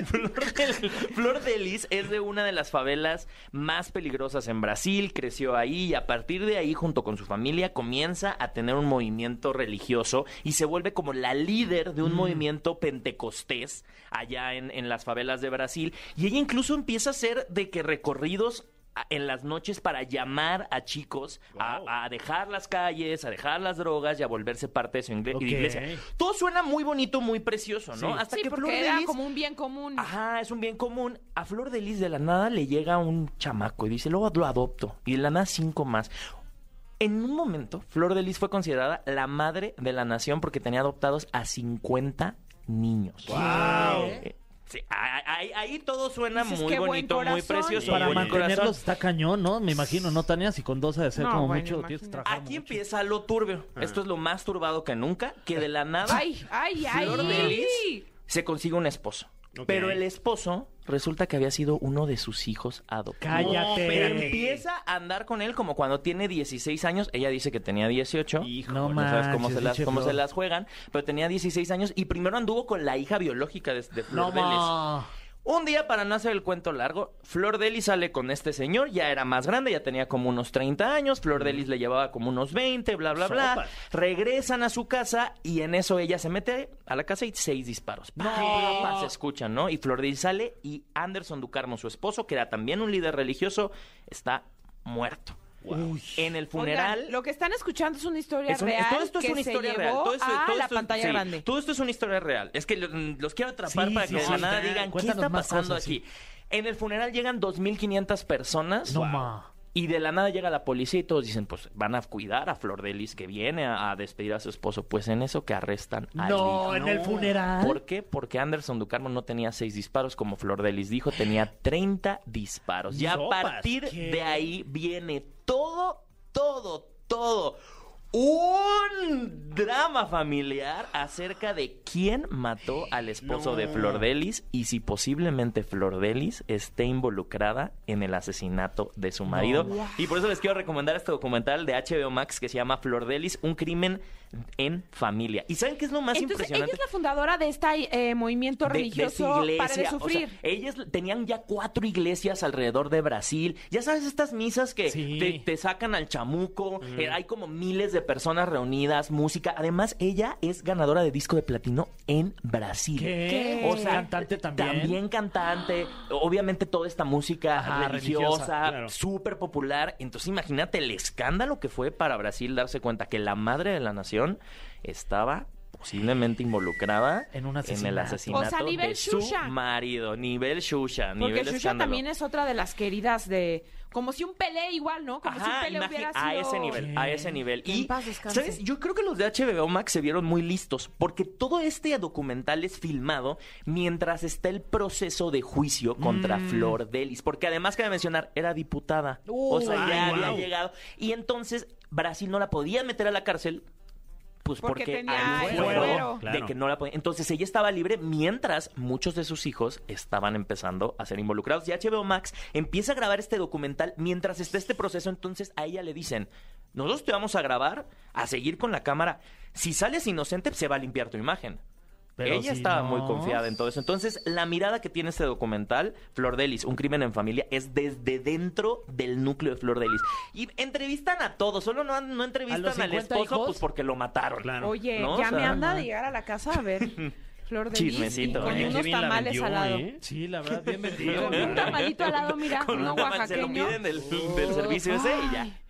Flor, del- Flor de Lis es de una de las favelas más peligrosas en Brasil, creció ahí y a partir de ahí junto con su familia comienza a tener un movimiento religioso y se vuelve como la líder
Mm.
de un movimiento pentecostés allá en, en las favelas de Brasil y ella incluso empieza a hacer de que recorridos a- en las noches para llamar a chicos a- a, dejar las calles, a dejar las drogas y a volverse parte de su ingle-
Ok.
iglesia. Todo suena muy bonito, muy precioso, ¿no?
Sí.
Hasta
Sí,
que Flor
porque
de
era
Lis-
como un bien común.
Ajá, es un bien común. A Flor de Lis de la nada le llega un chamaco y dice, luego lo adopto. Y de la nada cinco más. En un momento, Flor de Lis fue considerada la madre de la nación porque tenía adoptados a 50 niños. ¡Wow! ahí, ahí todo suena
Dices,
muy
qué buen
bonito, muy
corazón.
precioso.
Para
muy buen
mantenerlos
corazón.
está cañón, ¿no? Me imagino, ¿no, Tania? Si con dos ha de ser
No,
como
bueno,
mucho, tienes que
imagínate.
trabajar
Aquí
mucho.
empieza lo turbio. Esto es lo más turbado que nunca, que de la nada...
Ay, ay,
Flor de
ay.
Lis se consigue un esposo. Pero el esposo resulta que había sido uno de sus hijos adoptados.
Cállate.
Pero empieza a andar con él como cuando tiene 16 años. Ella dice que tenía 18.
Híjole. No
ya sabes cómo,
manches,
se las,
pinche
cómo se
Flor.
las juegan. Pero tenía 16 años y primero anduvo con la hija biológica de, de Flor
No,
de Lis.
ma.
Un día, para no hacer el cuento largo, Flor Delis sale con este señor, ya era más grande, ya tenía como unos 30 años, Flor Delis le llevaba como unos 20, bla, bla, bla.
Sopas.
Regresan a su casa y en eso ella se mete a la casa y seis disparos. No. se escuchan, ¿no? Y Flor Delis sale y Anderson Ducarmo, su esposo, que era también un líder religioso, está muerto. En el funeral...
Oigan, lo que están escuchando es una historia
Es un-
real.
todo esto es
que
una
se
historia
llevó
real. Todo esto,
a
todo
la
esto-
pantalla
sí,
grande.
Todo esto es una historia real. Es que lo- mm, los quiero atrapar
Sí,
para
sí,
que de
sí,
la nada
está.
digan qué
Cuéntanos
está
más
pasando
cosas,
aquí.
sí.
En el funeral llegan 2.500 personas.
No, ma.
Y de la nada llega la policía y todos dicen, pues van a cuidar a Flor de Lis que viene a, a despedir a su esposo. Pues en eso que arrestan al hijo.
No, en el funeral.
¿Por qué? Porque Anderson Ducarmo no tenía seis disparos, como Flor de Lis dijo, tenía 30 disparos. Y a
Sopas,
partir
¿qué?
de ahí viene todo, todo, todo. Un drama familiar acerca de quién mató al esposo de Flor de Lis y si posiblemente Flor de Lis esté involucrada en el asesinato de su marido. Y por eso les quiero recomendar este documental de HBO Max que se llama Flor de Lis, un crimen en familia. ¿Y saben qué es lo más
Entonces, ella
impresionante?
es la fundadora de este eh, movimiento
de- de
religioso
su
para de
iglesia,
sufrir.
o sea, eh, ellas tenían ya cuatro iglesias alrededor de Brasil. Ya sabes, estas misas que
Sí.
te, te sacan al chamuco. eh, hay como miles de personas reunidas, música. Además, ella es ganadora de disco de platino en Brasil.
¿Qué?
O sea,
Cantante también.
cantante. Obviamente, toda esta música
Ajá, religiosa,
religiosa,
claro.
súper popular. Entonces, imagínate el escándalo que fue para Brasil darse cuenta que la madre de la nación estaba posiblemente involucrada
En un asesinato.
el asesinato
O sea, nivel
de su
Xuxa.
marido, nivel Shusha, nivel
Porque Xuxa
escándalo.
también es otra de las queridas de... Como si un Pelé igual, ¿no? Como si un
Ajá,
Pelé
imagi-
hubiera sido...
a ese nivel, a ese nivel.
Que en
Y,
paz descanse.
¿sabes? Yo creo que los de HBO Max se vieron muy listos, porque todo este documental es filmado mientras está el proceso de juicio contra Flor Delis, porque además cabe mencionar, era diputada, o sea, ya
ay,
había
wow.
llegado, y entonces Brasil no la podía meter a la cárcel pues
Porque
porque,
tenía
hay
el
fuero
fuero.
de que no la podía. Entonces ella estaba libre mientras muchos de sus hijos estaban empezando a ser involucrados. Y HBO Max empieza a grabar este documental mientras está este proceso. Entonces a ella le dicen: Nosotros te vamos a grabar, a seguir con la cámara. Si sales inocente, se va a limpiar tu imagen.
Pero
Ella
si
estaba
no-
muy confiada en todo eso. Entonces, la mirada que tiene este documental, Flor Delis, Un crimen en familia, es desde dentro del núcleo de Flor Delis. Y entrevistan a todos, solo no, no entrevistan al
50
esposo
hijos?
pues porque lo mataron.
Oye,
¿no? O
ya
sea,
me anda de llegar a la casa a ver Flor de Lis
Chismecito,
y con
¿eh? Qué
unos
bien la ¿eh?
tamales al lado.
Sí, la verdad, bien
Con un tamalito al lado, mira,
Con
uno
un tamal, se lo
oaxaqueño.
piden del, del servicio ese y ya.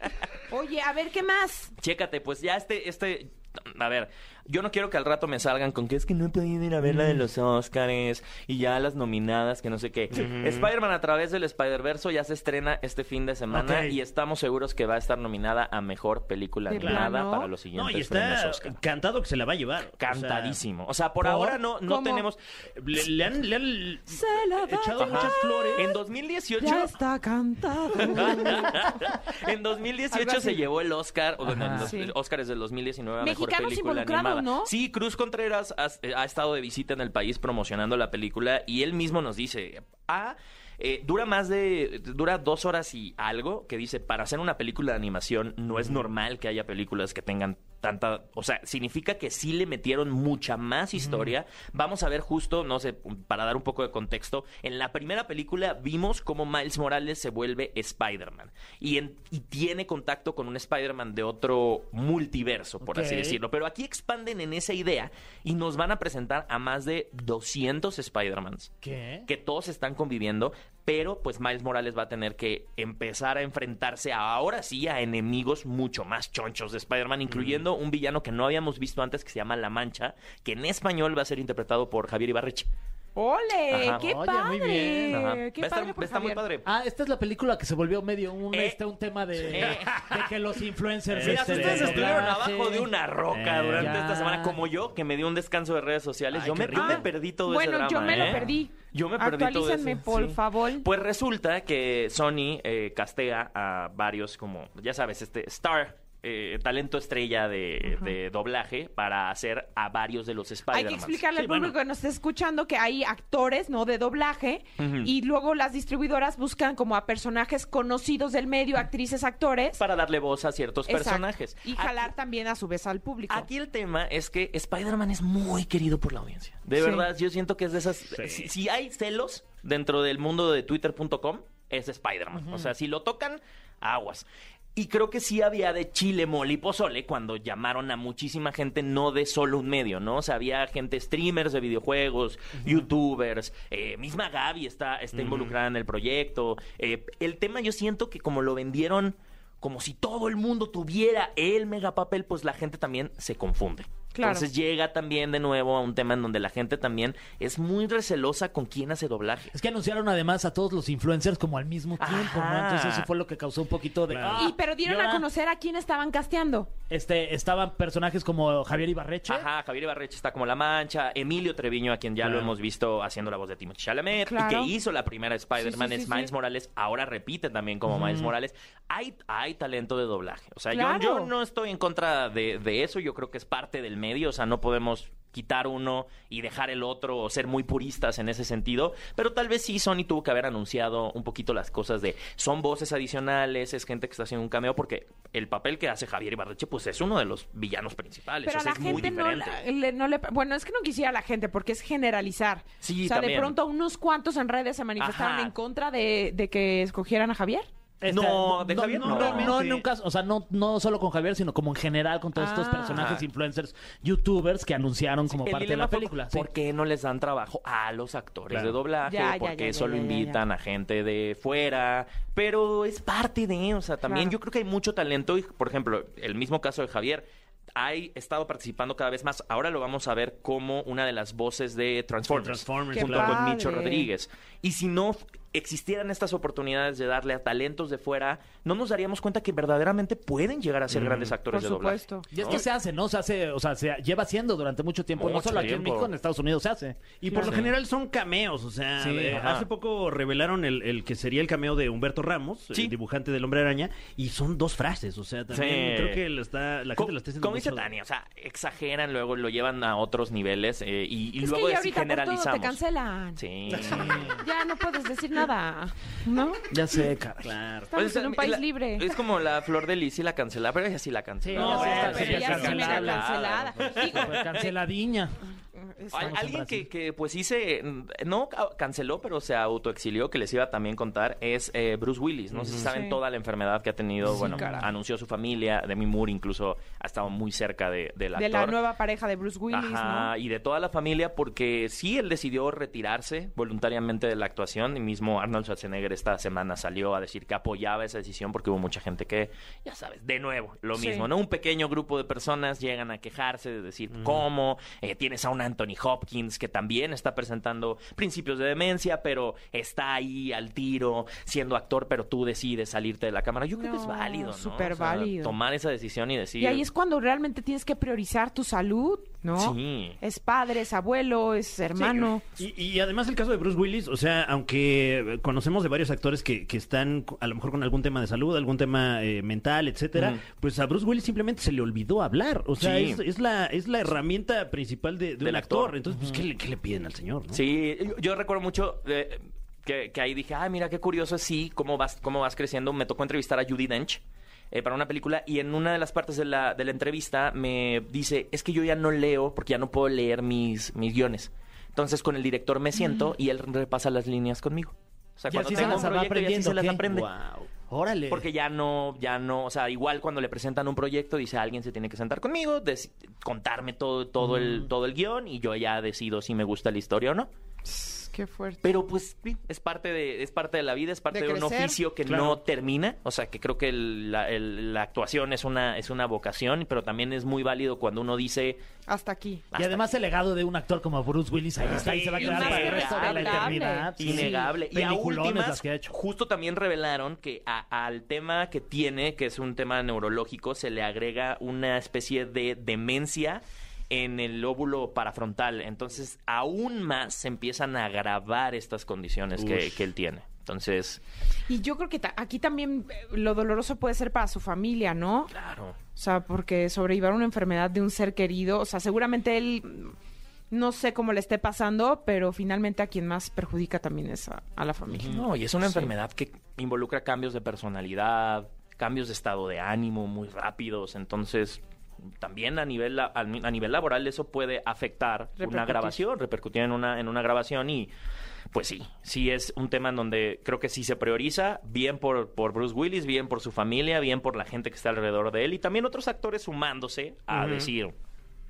Oye, a ver, ¿qué más?
Chécate, pues ya este, este, a ver, yo no quiero que al rato me salgan con que es que no he podido ir a ver la
Mm.
de los Óscares y ya las nominadas, que no sé qué. Spider-Man a través del Spider-Verso ya se estrena este fin de semana
Ok.
y estamos seguros que va a estar nominada a Mejor Película
¿De
Animada
plano?
para los
No,
siguientes
y
premios
está
Óscar.
cantado que se la va a llevar. O sea,
Cantadísimo. O sea, por,
¿por?
ahora no, no
¿Cómo?
tenemos...
le, le han, le han
Se la va
echado
a
muchas flores.
En 2018...
Ya está cantado.
Ah, en 2018 se llevó el Oscar, o bueno,
Ajá.
los-
Sí.
el Oscar es del 2019 a mejor
Mexicanos
película
involucrados,
animada.
¿no?
Sí, Cruz Contreras ha, eh, ha estado de visita en el país promocionando la película y él mismo nos dice, ah, eh, dura más de, dura dos horas y algo, que dice, para hacer una película de animación no es normal que haya películas que tengan tanta, o sea, significa que sí le metieron mucha más historia. Vamos a ver justo, no sé, para dar un poco de contexto, en la primera película vimos cómo Miles Morales se vuelve Spider-Man y, en- y tiene contacto con un Spider-Man de otro multiverso, por así
Ok.
decirlo. Pero aquí expanden en esa idea y nos van a presentar a más de 200 Spider-Mans
¿Qué?
que todos están conviviendo, pero pues Miles Morales va a tener que empezar a enfrentarse a- ahora sí a enemigos mucho más chonchos de Spider-Man, incluyendo un villano que no habíamos visto antes que se llama La Mancha, que en español va a ser interpretado por Javier Ibarreche.
¡Ole!
Ajá.
¡Qué
Oye,
padre!
muy bien.
Ajá.
Eh, ¡Qué
Va a estar-
padre por
está muy
Javier.
padre.
Ah, esta es la película que se volvió medio un,
Eh.
este, un tema de,
Eh.
de que los influencers...
Mira,
este,
si ustedes estuvieron
doblaje.
abajo de una roca
Eh,
durante
ya.
esta semana, como yo, que me di un descanso de redes sociales.
Ay,
yo
qué
me,
rico.
yo me perdí todo ese
Ah, bueno, yo
drama,
me
¿eh?
lo perdí.
Yo me perdí todo
Actualícenme,
ese-
por
sí.
favor.
Pues resulta que Sony eh, castea a varios como, ya sabes, este Star. eh, talento estrella de, de doblaje para hacer a varios de los
Hay
Spider-Man.
que explicarle al
Sí, bueno.
público que nos está escuchando que hay actores, ¿no? De doblaje y luego las distribuidoras buscan como a personajes conocidos del medio, actrices, actores.
Para darle voz a ciertos
Exacto.
personajes.
Y
Aquí-
jalar también a su vez al público.
Aquí el tema es que Spider-Man es muy querido por la audiencia. De
Sí.
verdad, yo siento que es de esas... Si, si hay celos dentro del mundo de twitter.com, es Spider-Man. O sea, si lo tocan, aguas. Y creo que sí había de chile, mole y pozole cuando llamaron a muchísima gente, no de solo un medio, ¿no? O sea, había gente, streamers de videojuegos, youtubers, eh, misma Gaby está, está involucrada en el proyecto. Eh, el tema yo siento que como lo vendieron como si todo el mundo tuviera el megapapel, pues la gente también se confunde.
Claro.
Entonces llega también de nuevo a un tema en donde la gente también es muy recelosa con quién hace doblaje.
Es que anunciaron además a todos los influencers como al mismo tiempo, ¿no?
Ajá.
Entonces eso fue lo que causó un poquito de...
Claro.
¡Ah!
Y pero dieron
Y
a
ahora,
conocer a quién estaban casteando.
Este, estaban personajes como Javier Ibarreche.
Ajá, Javier Ibarreche está como La Mancha, Emilio Treviño, a quien ya lo hemos visto haciendo la voz de Timothée Chalamet,
Claro.
y que hizo la primera Spider-Man,
Sí, sí,
es
sí,
Miles
sí.
Morales, ahora repite también como Miles Morales. Hay, hay talento de doblaje. O sea, yo-
Claro.
yo, no estoy en contra de, de eso, yo creo que es parte del medio, o sea, no podemos quitar uno y dejar el otro o ser muy puristas en ese sentido, pero tal vez sí Sony tuvo que haber anunciado un poquito las cosas de son voces adicionales, es gente que está haciendo un cameo porque el papel que hace Javier Ibarreche pues es uno de los villanos principales,
Pero
o
a
sea,
la
es muy
gente no,
diferente.
la- eh, le, no le- Bueno, es que no quisiera a la gente porque es generalizar.
Sí,
o sea,
también.
de pronto unos cuantos en redes se manifestaron
Ajá.
en contra de, de que escogieran a Javier.
Este,
No, de Javier no.
no, no en un caso, o sea, no, no solo con Javier, sino como en general con todos estos
Ah.
personajes,
Ajá.
influencers, youtubers que anunciaron como
El
parte de
dilema
la
fue,
película. sí.
¿Por qué no les dan trabajo a los actores
Claro.
de doblaje?
Ya, ya,
¿Por
ya,
qué
ya,
solo
ya, ya,
invitan a gente de fuera? Pero es parte de, o sea, también
Claro.
yo creo que hay mucho talento. Y, por ejemplo, el mismo caso de Javier. Ha estado participando cada vez más. Ahora lo vamos a ver como una de las voces de Transformers.
Transformers,
junto
claro.
con
Qué
Micho
padre.
Rodríguez. Y si no f- existieran estas oportunidades de darle a talentos de fuera, no nos daríamos cuenta que verdaderamente pueden llegar a ser grandes actores
por
de doblaje.
supuesto.
Y es
¿no?
que se hace, ¿no? Se hace, o sea, se lleva haciendo durante mucho tiempo, no
Mucho
solo aquí en
tiempo.
México, en Estados Unidos se hace.
Y por lo
Sí.
general son cameos, o sea,
Sí,
eh,
ajá.
hace poco revelaron el, el que sería el cameo de Humberto Ramos,
Sí.
el dibujante del Hombre Araña, y son dos frases, o sea, también
Sí.
creo que lo está, la
Co-
gente lo está haciendo
como dice Tania, o sea, exageran luego, lo llevan a otros niveles eh, y, y
es
luego
que ya
sí
ahorita por todo te
generalizamos.
cancelan.
sí. Pues
Ya no puedes decir nada, ¿no?
Ya sé, caray.
Claro.
Estamos
Pues,
en un
eh,
país
la-
libre.
Es como la flor de Liz y la cancelada, pero ella sí la
Sí,
cancela.
no,
No,
bueno,
pero
sí,
ella sí mega cancelada.
cancelada.
Digo, este,
Fue Canceladiña.
Al-
Estamos en
alguien
Brasil.
que, que, pues sí se, no ca- canceló, pero se autoexilió, que les iba a también contar, es eh, Bruce Willis. No sé si
Ujú.
saben
Sí.
toda la enfermedad que ha tenido,
Sí,
bueno,
caray.
anunció su familia, Demi Moore incluso ha estado muy cerca de, del
De
actor.
la nueva pareja de Bruce Willis,
Ajá,
¿no?
y de toda la familia, porque sí, él decidió retirarse voluntariamente de la actuación. Y mismo Arnold Schwarzenegger esta semana salió a decir que apoyaba esa decisión porque hubo mucha gente que, ya sabes, de nuevo, lo
Sí.
mismo, ¿no? Un pequeño grupo de personas llegan a quejarse de decir cómo. Eh, tienes a un Anthony Hopkins que también está presentando principios de demencia, pero está ahí al tiro, siendo actor, pero tú decides salirte de la cámara. Yo creo que es
No,
válido, ¿no?
súper
O sea,
válido.
Tomar esa decisión y decir.
Y ahí es cuando realmente tienes que priorizar tu salud, ¿no?
Sí.
Es padre, es abuelo, es hermano.
Y, y además el caso de Bruce Willis, o sea, aunque conocemos de varios actores que, que están a lo mejor con algún tema de salud, algún tema eh, mental, etcétera,
Ujú.
pues a Bruce Willis simplemente se le olvidó hablar. O sea,
Sí.
es, es la, es la herramienta principal de, de
Del
un actor.
actor.
Entonces, pues, ¿qué, le, qué le piden al señor? no?
Sí, yo, yo recuerdo mucho eh, que, que ahí dije, ah, mira qué curioso, sí, cómo vas, cómo vas creciendo. Me tocó entrevistar a Judy Dench eh, para una película y en una de las partes de la, de la entrevista me dice, es que yo ya no leo porque ya no puedo leer mis, mis guiones. Entonces con el director me siento y él repasa las líneas conmigo. O sea,
Mm. Y
cuando
así se
tengo
las
un
va
proyecto y así
aprendiendo,
se las
¿qué?
aprende.
Wow.
Órale.
Porque ya no, ya no, o sea, igual cuando le presentan un proyecto, dice alguien se tiene que sentar conmigo, des- contarme todo, todo
Mm.
el, todo el guión, y yo ya decido si me gusta la historia o no.
Qué fuerte.
Pero pues sí, es parte de, es parte de la vida, es parte
De
de, un
crecer.
oficio que
Claro.
no termina. O sea que creo que el- la, el- la actuación es una, es una vocación, pero también es muy válido cuando uno dice
Hasta aquí.
Y
Hasta
además el legado de un actor como Bruce Willis ahí está y se va a
Sí,
quedar
más
para
que
el resto de la
respetable.
eternidad. sí.
Innegable. Y a
Peliculones
últimas,
las que ha hecho.
justo también revelaron que a- al tema que tiene, que es un tema neurológico, se le agrega una especie de demencia en el lóbulo parafrontal. Entonces, aún más se empiezan a agravar estas condiciones que,
Ush.
que él tiene. Entonces,
Y yo creo que ta- aquí también eh, lo doloroso puede ser para su familia, ¿no?
claro.
O sea, porque sobrellevar una enfermedad de un ser querido, o sea, seguramente él mm, no sé cómo le esté pasando, pero finalmente a quien más perjudica también es a, a la familia.
No, y es una enfermedad que involucra cambios de personalidad, cambios de estado de ánimo muy rápidos. Entonces, también a nivel, la- a ni- a nivel laboral eso puede afectar una
Repercutir.
grabación, repercutir en una, en una grabación y... Pues sí, sí es un tema en donde creo que sí se prioriza, bien por, por Bruce Willis, bien por su familia, bien por la gente que está alrededor de él y también otros actores sumándose a decir,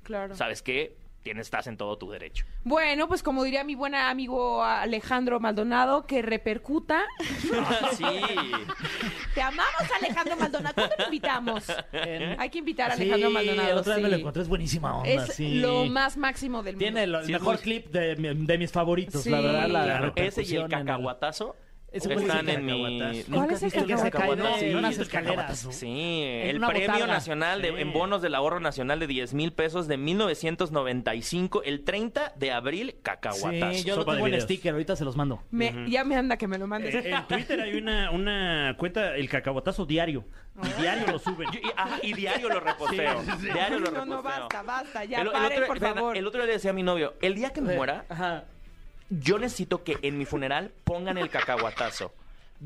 Claro.
¿sabes qué? Tienes, estás en todo tu derecho.
Bueno, pues como diría mi buen amigo Alejandro Maldonado, que repercuta.
sí.
Te amamos, Alejandro Maldonado. ¿Cuándo lo invitamos?
En-
Hay que invitar a Alejandro
Sí,
Maldonado.
Otra vez me
sí.
lo encontré, es buenísima onda.
Es
sí.
lo más máximo del mundo.
Tiene lo- el
Sí, es
mejor
muy-
clip de, mi- de mis favoritos,
Sí.
la verdad. La, la
Claro, ese y
repercusión
el
en el-
cacahuatazo
Ese fue el
están
del
en mi...
cacahuatazo.
¿Nunca
¿Cuál es
has
el
visto
que se cae
cacahuatazo?
de
Sí,
unas
el cacahuatazo.
escaleras, ¿no?
Sí,
En
el
una
Premio
botarga.
Nacional de-
Sí.
en Bonos del Ahorro Nacional de 10 mil pesos de 1995, el 30 de abril, cacahuatazo.
Sí, yo lo
sopa de
tengo en
videos.
sticker, ahorita se los mando.
Me- Ya me anda que me lo mandes.
Eh, en Twitter hay una, una cuenta, el cacahuatazo diario. Y diario lo suben.
Yo- y, ah, y diario lo reposteo. Diario lo
no,
reposteo.
no, basta, basta. Ya
El- el
paren,
otro-
por
espera,
favor.
El otro día le decía a mi novio, el día que me muera,
Ajá.
yo necesito que en mi funeral pongan el cacahuatazo.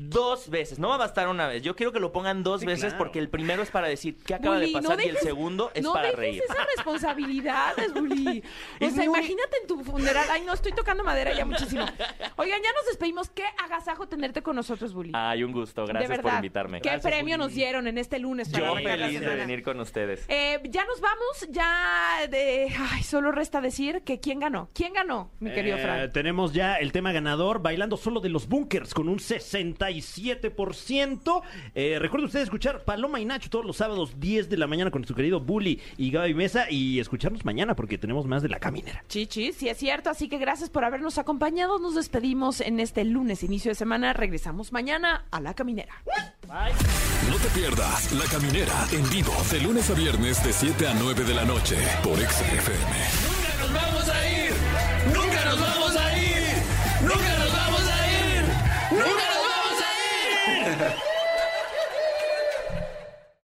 Dos veces, no va a bastar una vez. Yo quiero que lo pongan dos veces
claro.
porque el primero es para decir qué acaba
Bully,
de pasar y el
dejes-
segundo es
no
para
dejes
reír.
esas responsabilidades, Bully. O
Es
sea,
mi uni-
imagínate en tu funeral. Ay, no, estoy tocando madera ya muchísimo. Oigan, ya nos despedimos. Qué agasajo tenerte con nosotros, Bully.
Ay, un gusto,
de
Ah, gracias
verdad.
por invitarme.
Qué premio nos dieron en este lunes. para
Yo
arrancar la
feliz de
semana.
venir con ustedes.
Eh, ya nos vamos, ya de... Ay, solo resta decir que quién ganó. ¿Quién ganó, mi querido
Eh,
Fran?
Tenemos ya el tema ganador, bailando solo de los bunkers con un 67%. Eh, recuerden ustedes escuchar Paloma y Nacho todos los sábados 10 de la mañana con su querido Bully y Gaby Mesa y escucharnos mañana porque tenemos más de la caminera.
Chichi, sí es cierto, así que gracias por habernos acompañado. Nos despedimos en este lunes, inicio de semana. Regresamos mañana a La Caminera.
No te pierdas La Caminera en vivo de lunes a viernes de 7 a 9 de la noche por XFM. Nunca nos vamos a ir. Nunca nos vamos a ir. Nunca nos vamos a ir. Nunca nos vamos a ir.